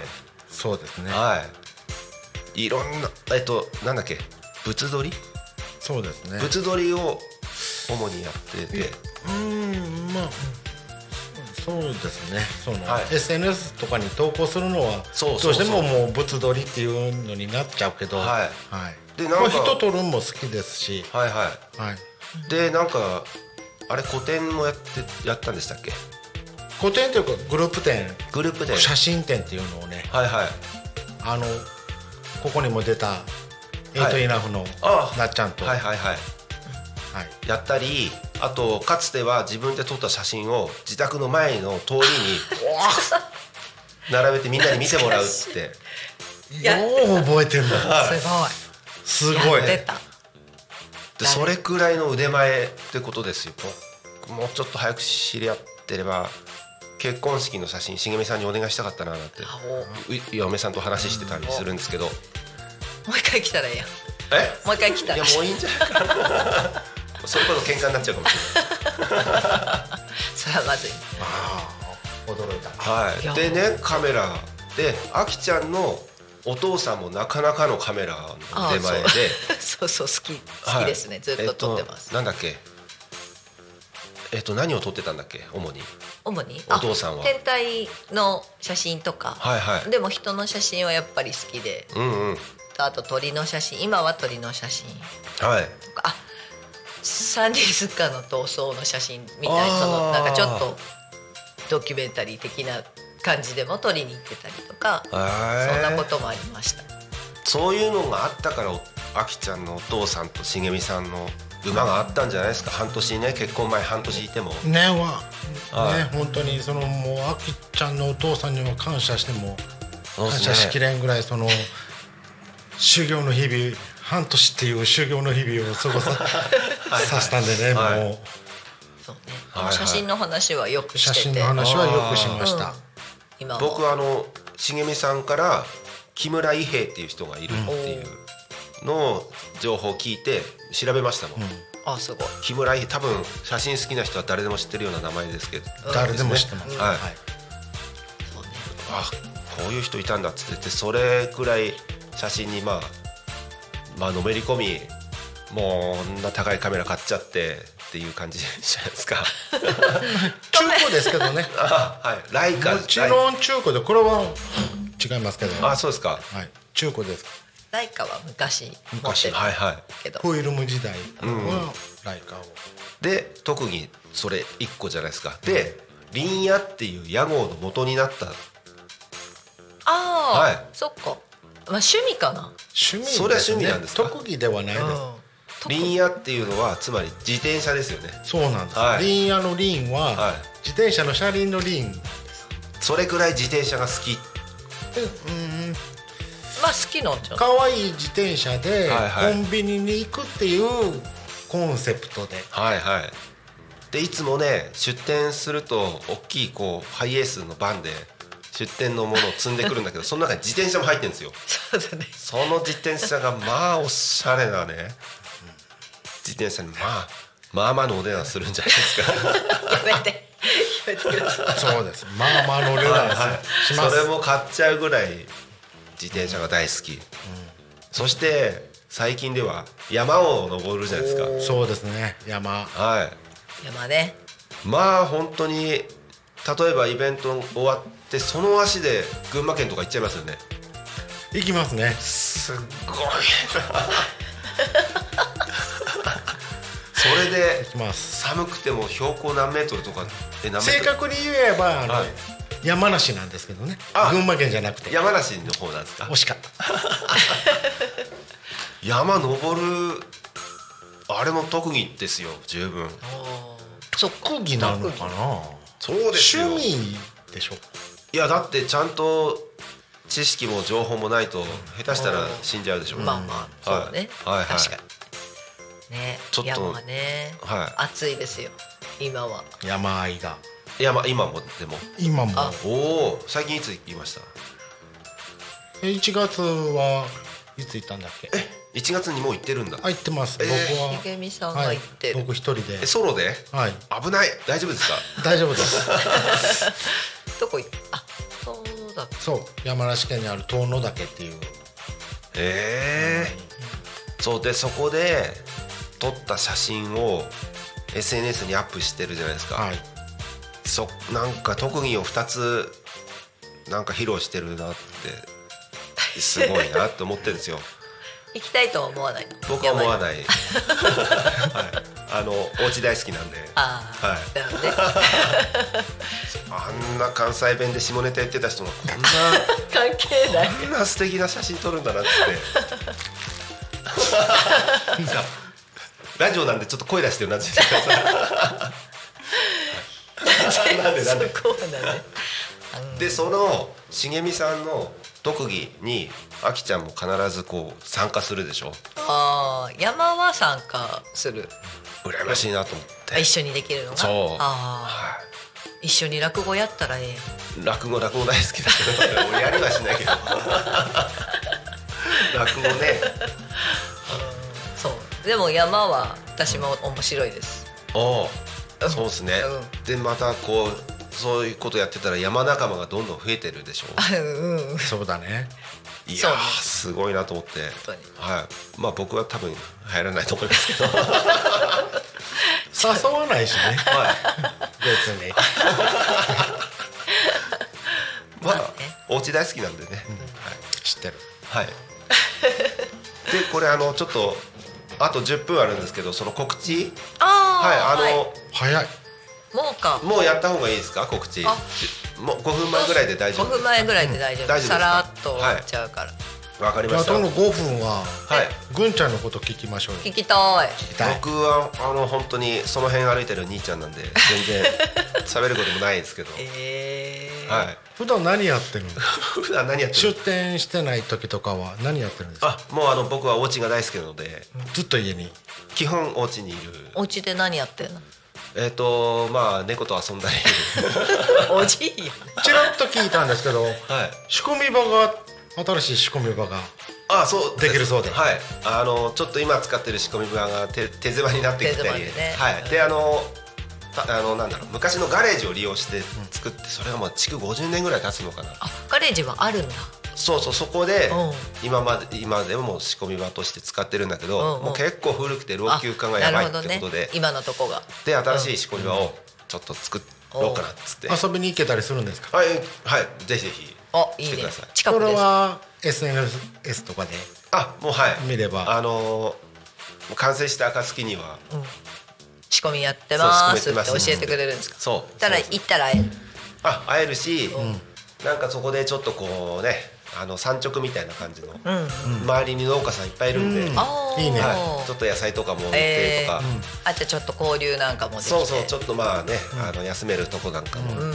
そうですね
はい。いろんな、えっと、なんだっけ、物撮り、
そうですね
物撮りを主にやってて。
うーんまあそうですねその、
はい
SNS とかに投稿するのは
そうそうそう
どうしてももう物撮りっていうのになっちゃうけど
はいで
で
なんか
まあ、人撮るのも好きですし、
はいは
はい、
い。で、なんか、あれ、個展もやって、やったんでしたっけ。
個展というかグループ展
グループで。
写真展っていうのをね
はいはい。
あのここにも出た「エイトイナフの
ああ
なっちゃんと、
は
はいい
はいはい。
はい
やったり、あと、かつては自分で撮った写真を自宅の前の通りに。並べてみんなに見てもらうって。
や
よう覚
[laughs]
えてるの
はい
すご
ご
い
い。やってた。
でそれくらいの腕前ってことですよもうもうちょっと早く知り合ってれば結婚式の写真しげみさんにお願いしたかったななんてう嫁さんと話してたりするんですけど
もう一回来たらいいやん。
え
もう一回来た
い
ら
や
いい。
もういいんじゃない [laughs] かなそれこそ喧嘩になっちゃうかもしれ
[laughs] それはまずい。 [laughs]
ああ驚いた
ない、はい、でねカメラであきちゃんのお父さんもなかなかのカメラの
あ
出前で
そうそうそう好き好きですね。ずっと撮ってます。
えとなんだっけえっと何を撮ってたんだっけ主に
主に
お父さんは
あ天体の写真とか、
はいはい
でも人の写真はやっぱり好きで
うんうん
あと鳥の写真今は鳥の写真
はい
とかあサンディスカの闘争の写真みたい
あー
そのなんかちょっとドキュメンタリー的な感じでも撮りに行ってたりとか、そんなこともありました
そういうのがあったからあきちゃんのお父さんとしげみさんの馬があったんじゃないですか半年ね結婚前半年いても
ねは、
はい
ね本当にそのもうあきちゃんのお父さんには感謝しても
そうっ
感
すね
謝しきれんぐらいその修行の日々半年っていう修行の日々を過
[laughs]
ごささせたんでね、
はい
も
そうね、
はいはい
写真の話はよく
う
し
写
てて
真の話はよくしまし
あ
た
ー。今は
僕あのしげみさんから木村伊兵衛っていう人がいるっていうのを情報を聞いて調べましたもん、
あすごい
木村伊兵衛多分写真好きな人は誰でも知ってるような名前ですけど
誰でも知ってます、
ね
は
はいい、
そうね
あこういう人いたんだっつっててそれくらい写真にまあまあのめり込みもうこんな高いカメラ買っちゃってっていう感じじゃないです
[laughs]
か
中古ですけどね
あはいライカ
もちろん中古でこれは違いますけど、
ライ
は
あそうですか
い、中古です
ライカは昔持って
昔
る
はいは
けど、
フィルム時代はライカを、
いで特にそれ一個じゃないですかで林野っていう屋号の元になった
ああ、
はい
そっかまあ趣味かな、
趣味です、ね、
それは趣味なんですか
特技ではないです、
特
林野っていうのはつまり自転車ですよね
そうなんです、
はい
リンヤのリンは、
はい
自転車の車輪のリンで
それくらい自転車が好き
うん
まあ好きのちょっと
可愛い自転車で
はいはい
コンビニに行くっていうコンセプトで、
はいはいでいつもね出店すると大きいこうハイエースのバンで出店のものを積んでくるんだけ
[laughs]
どその中に自転車も入ってるんですよ
[laughs] そうだね
その自転車がまあおしゃれなね自転車にまあまあまあのお値段するんじゃないですか
やめてやめてください
そうです [laughs] まあまあ乗れなんですよ、しま
そ
す
れも買っちゃうぐらい自転車が大好き、そして最近では山を登るじゃないです
そうですね山
かはい [laughs]
山ね
まあ本当に例えばイベント終わってその足で群馬県とか行っちゃいますよね
行きますね
すっごいな [laughs] それで
行きます
寒くても標高何メートルとかえ何メ
正
ートル
確に言えばあの、
はい
山梨なんですけどね
あ
群馬県じゃなくて
山梨の方なんですか
惜しかった
山登るあれも特技ですよ十分
特技なのかな
そう
趣味でしょ
いやだってちゃんと知識も情報もないと下手したら死んじゃうでしょうね
まあまあそうね、
はいはいはい
確かにね
ちょっと
山はね、
は
暑いですよ今は
山あいだ
いいやまあ今もでも
今も
あ
おお最近いつ行きました
え1月はいつ行ったんだっけ
1月にもう行ってるんだ
あ行ってます、
えー
僕は
池見さんが
はい
行ってる、
僕一人で
えソロで
はい
危ない大丈夫ですか
大丈夫です [laughs]
どこ行っあそうだ
そう山梨県にある遠野岳っていう
ええそうでそこで撮った写真を SNS にアップしてるじゃないですか、
はい
そなんか特技を2つなんか披露してるなってすごいなと思ってるんですよ
行きたいとは思わない
僕は思わ
い
ない、はい、 [laughs] あのお家大好きなんで
ああ、
はい
だよね [laughs]
あんな関西弁で下ネタ言ってた人がこんな
関係ない
こんな素敵な写真撮るんだな [laughs] っつって。じゃあラジオなんでちょっと声出してるなって言ってくださいなんでなんで
そこはだね
でその茂美さんの特技にあきちゃんも必ずこう参加するでしょ
ああ山は参加する
羨ましいなと思って
あ一緒にできるのが
そう
ああ
は
一緒に落語やったらええやん
い落語落語大好きだけど [laughs] 俺やりはしないけど落語ね
そうでも山は私も面白いです [laughs]
おうそうですね、
う
でまたこうそういうことやってたら山仲間がどんどん増えてるでしょ
あうんうん
そうだね
い
そ
や
うね
ーすごいなと思って
当に
はいまあ僕は多分入らないと思います
[laughs]
けどはい
誘わない
[laughs]
しね別に
ま
まあ
あ
ね
お家大好きなんでね、
知ってる
はい、でこれあのちょっとあと10分あるんですけどその告知はい
あ
あの、
早い
もうか
もうやった方がいいですか告知
あ
もう5分前ぐらいで大丈夫
5分前ぐらいで大
う
丈
ん大
夫、
丈夫ですか
さらっと終わっちゃうから、
わかり
じゃ
ま
あ
した
と
はい
の5分はぐんちゃんのこと聞きましょうよ
聞きたい
僕はあの本当にその辺歩いてる兄ちゃんなんで全然喋ることもないですけど、
ええー
はい
普段何やってるの
普段何やってる
出店してない時とかは何やってるんですか
あもうあの僕はお家が大好きなので
ずっと家に
基本お家にいる
お家で何やって
[laughs]
んの
えっ、とまあ猫と遊んだり
おじいよ
ちらっと聞いたんですけど
はい
仕込み場が新しい仕込み場が
あそうす
できるそうで
はいあのちょっと今使ってる仕込み部屋が手手狭になってきた
手
り、
狭でね
はいであのたあのなんだろう昔のガレージを利用して作ってそれがもう築50年ぐらい経つのかな
あガレージはあるんだ
そうそうそこで
うん
今まで今でも仕込み場として使ってるんだけ
うん
ど
うん
もう結構古くて老
あ
朽化がやばいって
なる
こ
ほ
と
どね
で、
今のとこが
で新しい仕込み場をちょっと作ろうかなっつって
遊びに行けたりするんですか
はい、はい、ぜひぜひ。
あいい
来て
ね
ください
近
こ
く
れ
です
は SNS とかで
あ、もうはい。
見れば
あのーもう完成した暁には。
仕込みやってます
そう仕込みや
っ
ってて
教
ます
えてくれるんですか
そう。
たら
そう
行ったらええ
あ、会えるし、なんかそこでちょっとこうね、あの産直みたいな感じの。
うん
周りに農家さんいっぱいいるんで。
うん
は
あー
いいね
い。ちょっと野菜とかも売って
え
と
ー
か。
あじゃあちょっと交流なんかもできて
そうそう、ちょっとまあね、あの休めるとこなんかも。
うんうんう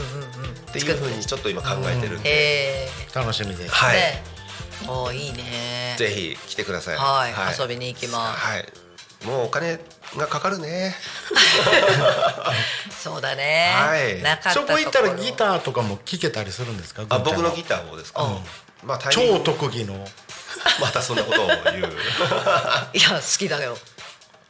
っ
ん
ていうふうにちょっと今考えてるんで。
へえ
楽しみです
はい。
ねおーいいね
ぜひ来てください。
はい遊びに行きます
はい。もうお金がかかるね。
そうだね、
はい
なかった
そ
と
こ行ったらギターとかも聴けたりするんですか
あ、僕の
ぐん
ギ
ち
ターをですか。まあ、
ゃ
タ
ん
イミン
超
グ
特技の
[laughs] またそんなことを言
[laughs]
う。
いや好きだよ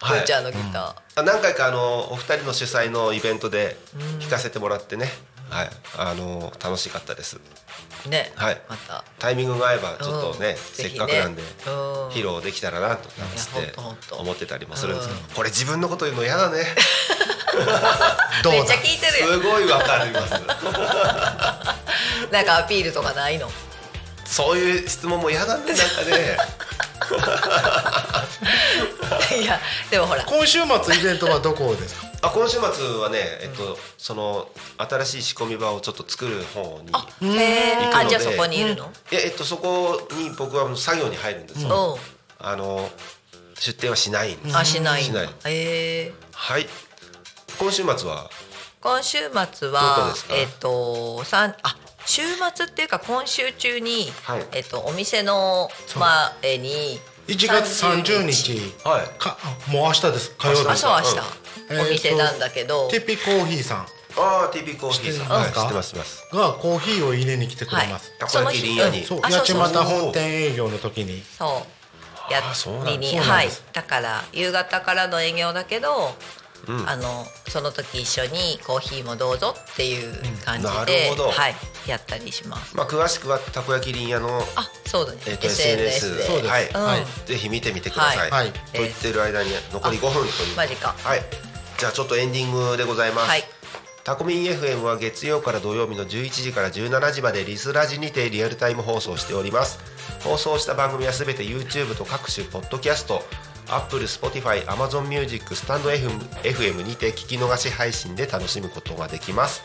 はい
ブーちゃんのギター、
あ何回かあのお二人の主催のイベントで聞かせてもらってね、はい、あの楽しかったです。
ね、
はい
また
タイミングが合えばちょっとね、
うん
せ
ぜ
っ
ひね
かくなんで
うん
披露できたらなとなんつっ
いや
て
ほんとほんと
思ってたりもするんですけど、
う
これ自分のこと言うの嫌
[laughs]
だね。
どう
めっちゃ
だ
聞いてるよ
すごいわかります。
なんかアピールとか
[laughs]
ないの
そういう質問も嫌だねなん
[laughs]
かね。
いやでもほら
今週末イベントはどこですか
あ今週末はね、えっとその新しい仕込み場をちょっと作る方に。
へえ
行くの
あ
で
じゃあそこにいるの、
ええっとそこに僕はもう作業に入るんですよ。
おう
あの出店はしないんです。
あしない
し
ん
な
だ
い
へえ
はい。今週末は
今週末
どこ
は
ですか
えっ、とさんあ週末っていうか今週中に、
はい
えっと、お店の前に
1月30日
はい
かあもう明日です火曜日
あそう明日、
うん
お店なんだけど、
ティピコーヒーさ
ああ TP コーヒーさん
知ってますか
知ってます知ってます
んがコーヒーを入れに来てくれます、
たこ焼きリンヤに
うん
そう
あそう
八
そう
幡本店営業の時に
そうや
あーそうなんだ
りに
そうなん
はい
です
だから夕方からの営業だけど、
うん
あのその時一緒にコーヒーもどうぞっていう感じ
うんなる
で、
ほど
はいやったりします。
まあ詳しくはたこ焼きリンヤの
あそうだね、
えっと
SNS で
SNS
そうです
はい
うん
はい
ぜひ見てみてください、
はいはい
と言ってる間に残り5分という
マジか
はいじゃあちょっとエンディングでございます、
はい
タコミン FM は月曜から土曜日の11時から17時までリスラジにてリアルタイム放送しております放送した番組はすべて YouTube と各種ポッドキャスト Apple、Spotify、Amazon Music、スタンド FM にて聞き逃し配信で楽しむことができます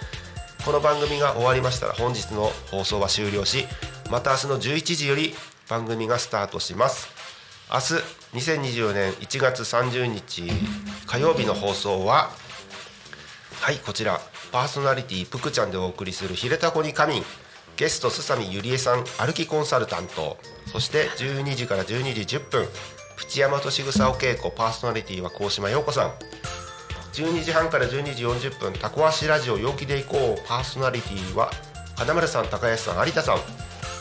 この番組が終わりましたら本日の放送は終了しまた明日の11時より番組がスタートします明日2024年1月30日火曜日の放送ははいこちらパーソナリティぷくちゃんでお送りする「ひれたこに仮眠」ゲストすさみゆりえさん歩きコンサルタントそして12時から12時10分プチ山としぐさお稽古パーソナリティは鴻島陽子さん12時半から12時40分タコ足ラジオ陽気でいこうパーソナリティは金丸さん高安さん有田さん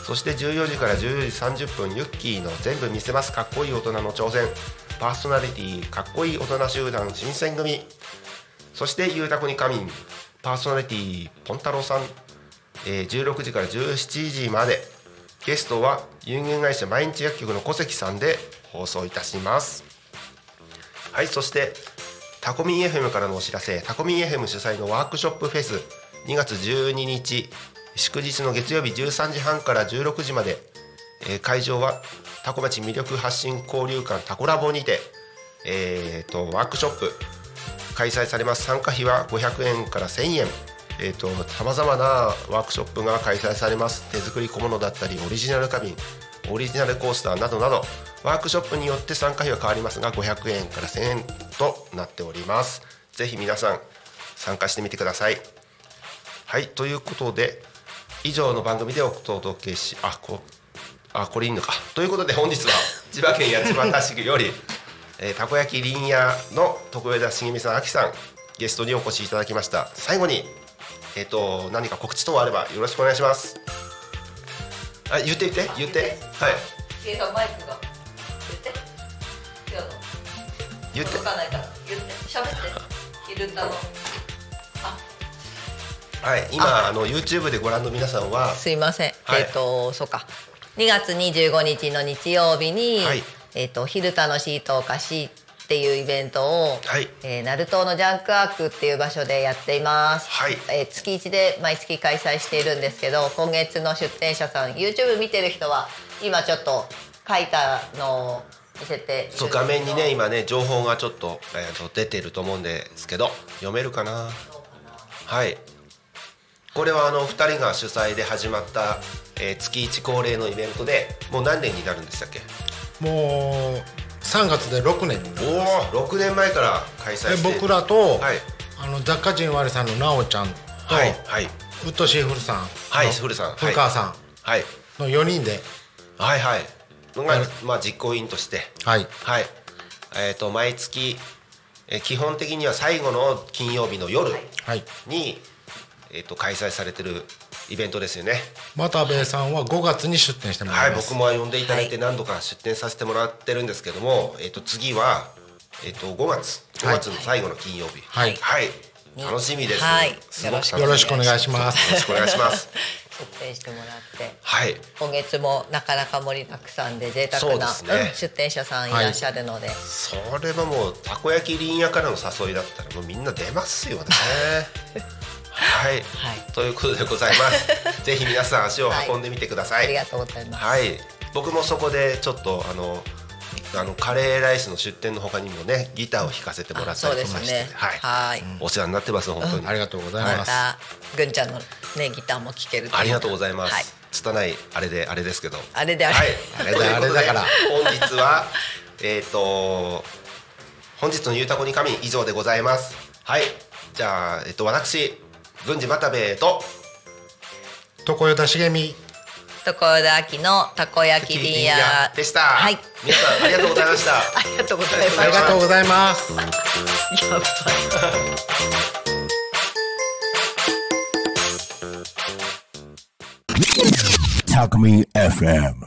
そして14時から14時30分ユッキーの全部見せますかっこいい大人の挑戦パーソナリティかっこいい大人集団新選組そしてゆうたこに仮眠パーソナリティポン太郎さん、えー16時から17時までゲストは有限会社毎日薬局の小関さんで放送いたしますはい、そしてタコミン FM からのお知らせ、タコミン FM 主催のワークショップフェス、2月12日祝日の月曜日13時半から16時まで、えー会場はタコ町魅力発信交流館タコラボにて、えーとワークショップ開催されます。参加費は500円から1000円。えーとさまざまなワークショップが開催されます手作り小物だったりオリジナル花瓶オリジナルコースターなどなどワークショップによって参加費は変わりますが500円から1000円となっておりますぜひ皆さん参加してみてくださいはいということで以上の番組でお届けしあこあこれいいのかということで本日は千葉県八街市より、えーたこ焼き林屋の徳枝茂美さん秋さんゲストにお越しいただきました最後にえっ、と何か告知等あればよろしくお願いしますあ言って言って言ってはい
計算マイクが言って今日の
言って
ないから言って喋って昼太郎
はい、今あの YouTube でご覧の皆さんは
すいません、
はい
えっ、とそうか2月25日の日曜日に、
はい
えっ、と昼太のシートお菓子っていうイベントを、
はい
えー、ナルトのジャンクアークっていう場所でやっています、
はい
えー月1で毎月開催しているんですけど今月の出店者さん YouTube 見てる人は今ちょっと書いたのを見せて
そう画面にね
今
今ね情報がちょっと,、えーと出てると思うんですけど読めるかなはいこれはあの2人が主催で始まった、えー月1恒例のイベントでもう何年になるんでしたっけ
もう3月で6年になる
おお6年前から開催
で
して
僕らと、
はい
あの雑貨人わりさんのなおちゃんと、
はいはい
ウッドシーフルさん
はいフルさんはい
古川さ
はい
んの4人で、
はいはいのが
はい
まあ、実行委員として
はい、
はい。えっ、と毎月、えー基本的には最後の金曜日の夜
はい、
に、えっ、と開催されてるイベントですよね。
又兵衛さんは5月に出店してもら
はいい、
ます、
僕も呼んでいただいて
は
何度か出展させてもらってるんですけども、えっ、と次はえっ、と5月5
はい
月の最後の金曜日。
はい
はい。
に
楽しみです。
はい
すごく楽しみ
よろしくお願いします
よろしくお願いし
[laughs]
ます。
[laughs] 出店してもらって
はい。
今月もなかなか盛りだくさんで贅沢な、
そうですね
うん出店者さんいらっしゃるので、
それはもうたこ焼き林屋からの誘いだったらもうみんな出ます
[laughs]
よね。はい、
はい
ということでござい
[laughs]
ます。ぜひ皆さん足を運んでみてくださ
あり
い。
がとうございます。
はい、僕もそこでちょっとあのあのカレーライスの出店の他にもねギターを弾かせてもら
あ
った
そう
り
で
とか
す
して、
ね。
はい、
はい。
お世話になってます本当に。
ありがとうござい
ま
ます、
たぐんちゃんのねギターも聴けるいう
ありがとうございま
はい
す。拙いあれであれですけど。
あれであれ [laughs]
はい。
あれであれだから
本日は [laughs] えっ、と本日のゆうたこに神以上でございます。はい。じゃあえっ、と私郡司又兵衛と
床よだしげみ
ところで秋のたこ焼きビア
でした。
はい
皆さんありがとうございました。
[laughs] ありがとうございます
ありがとうございます
やばい
タクミ FM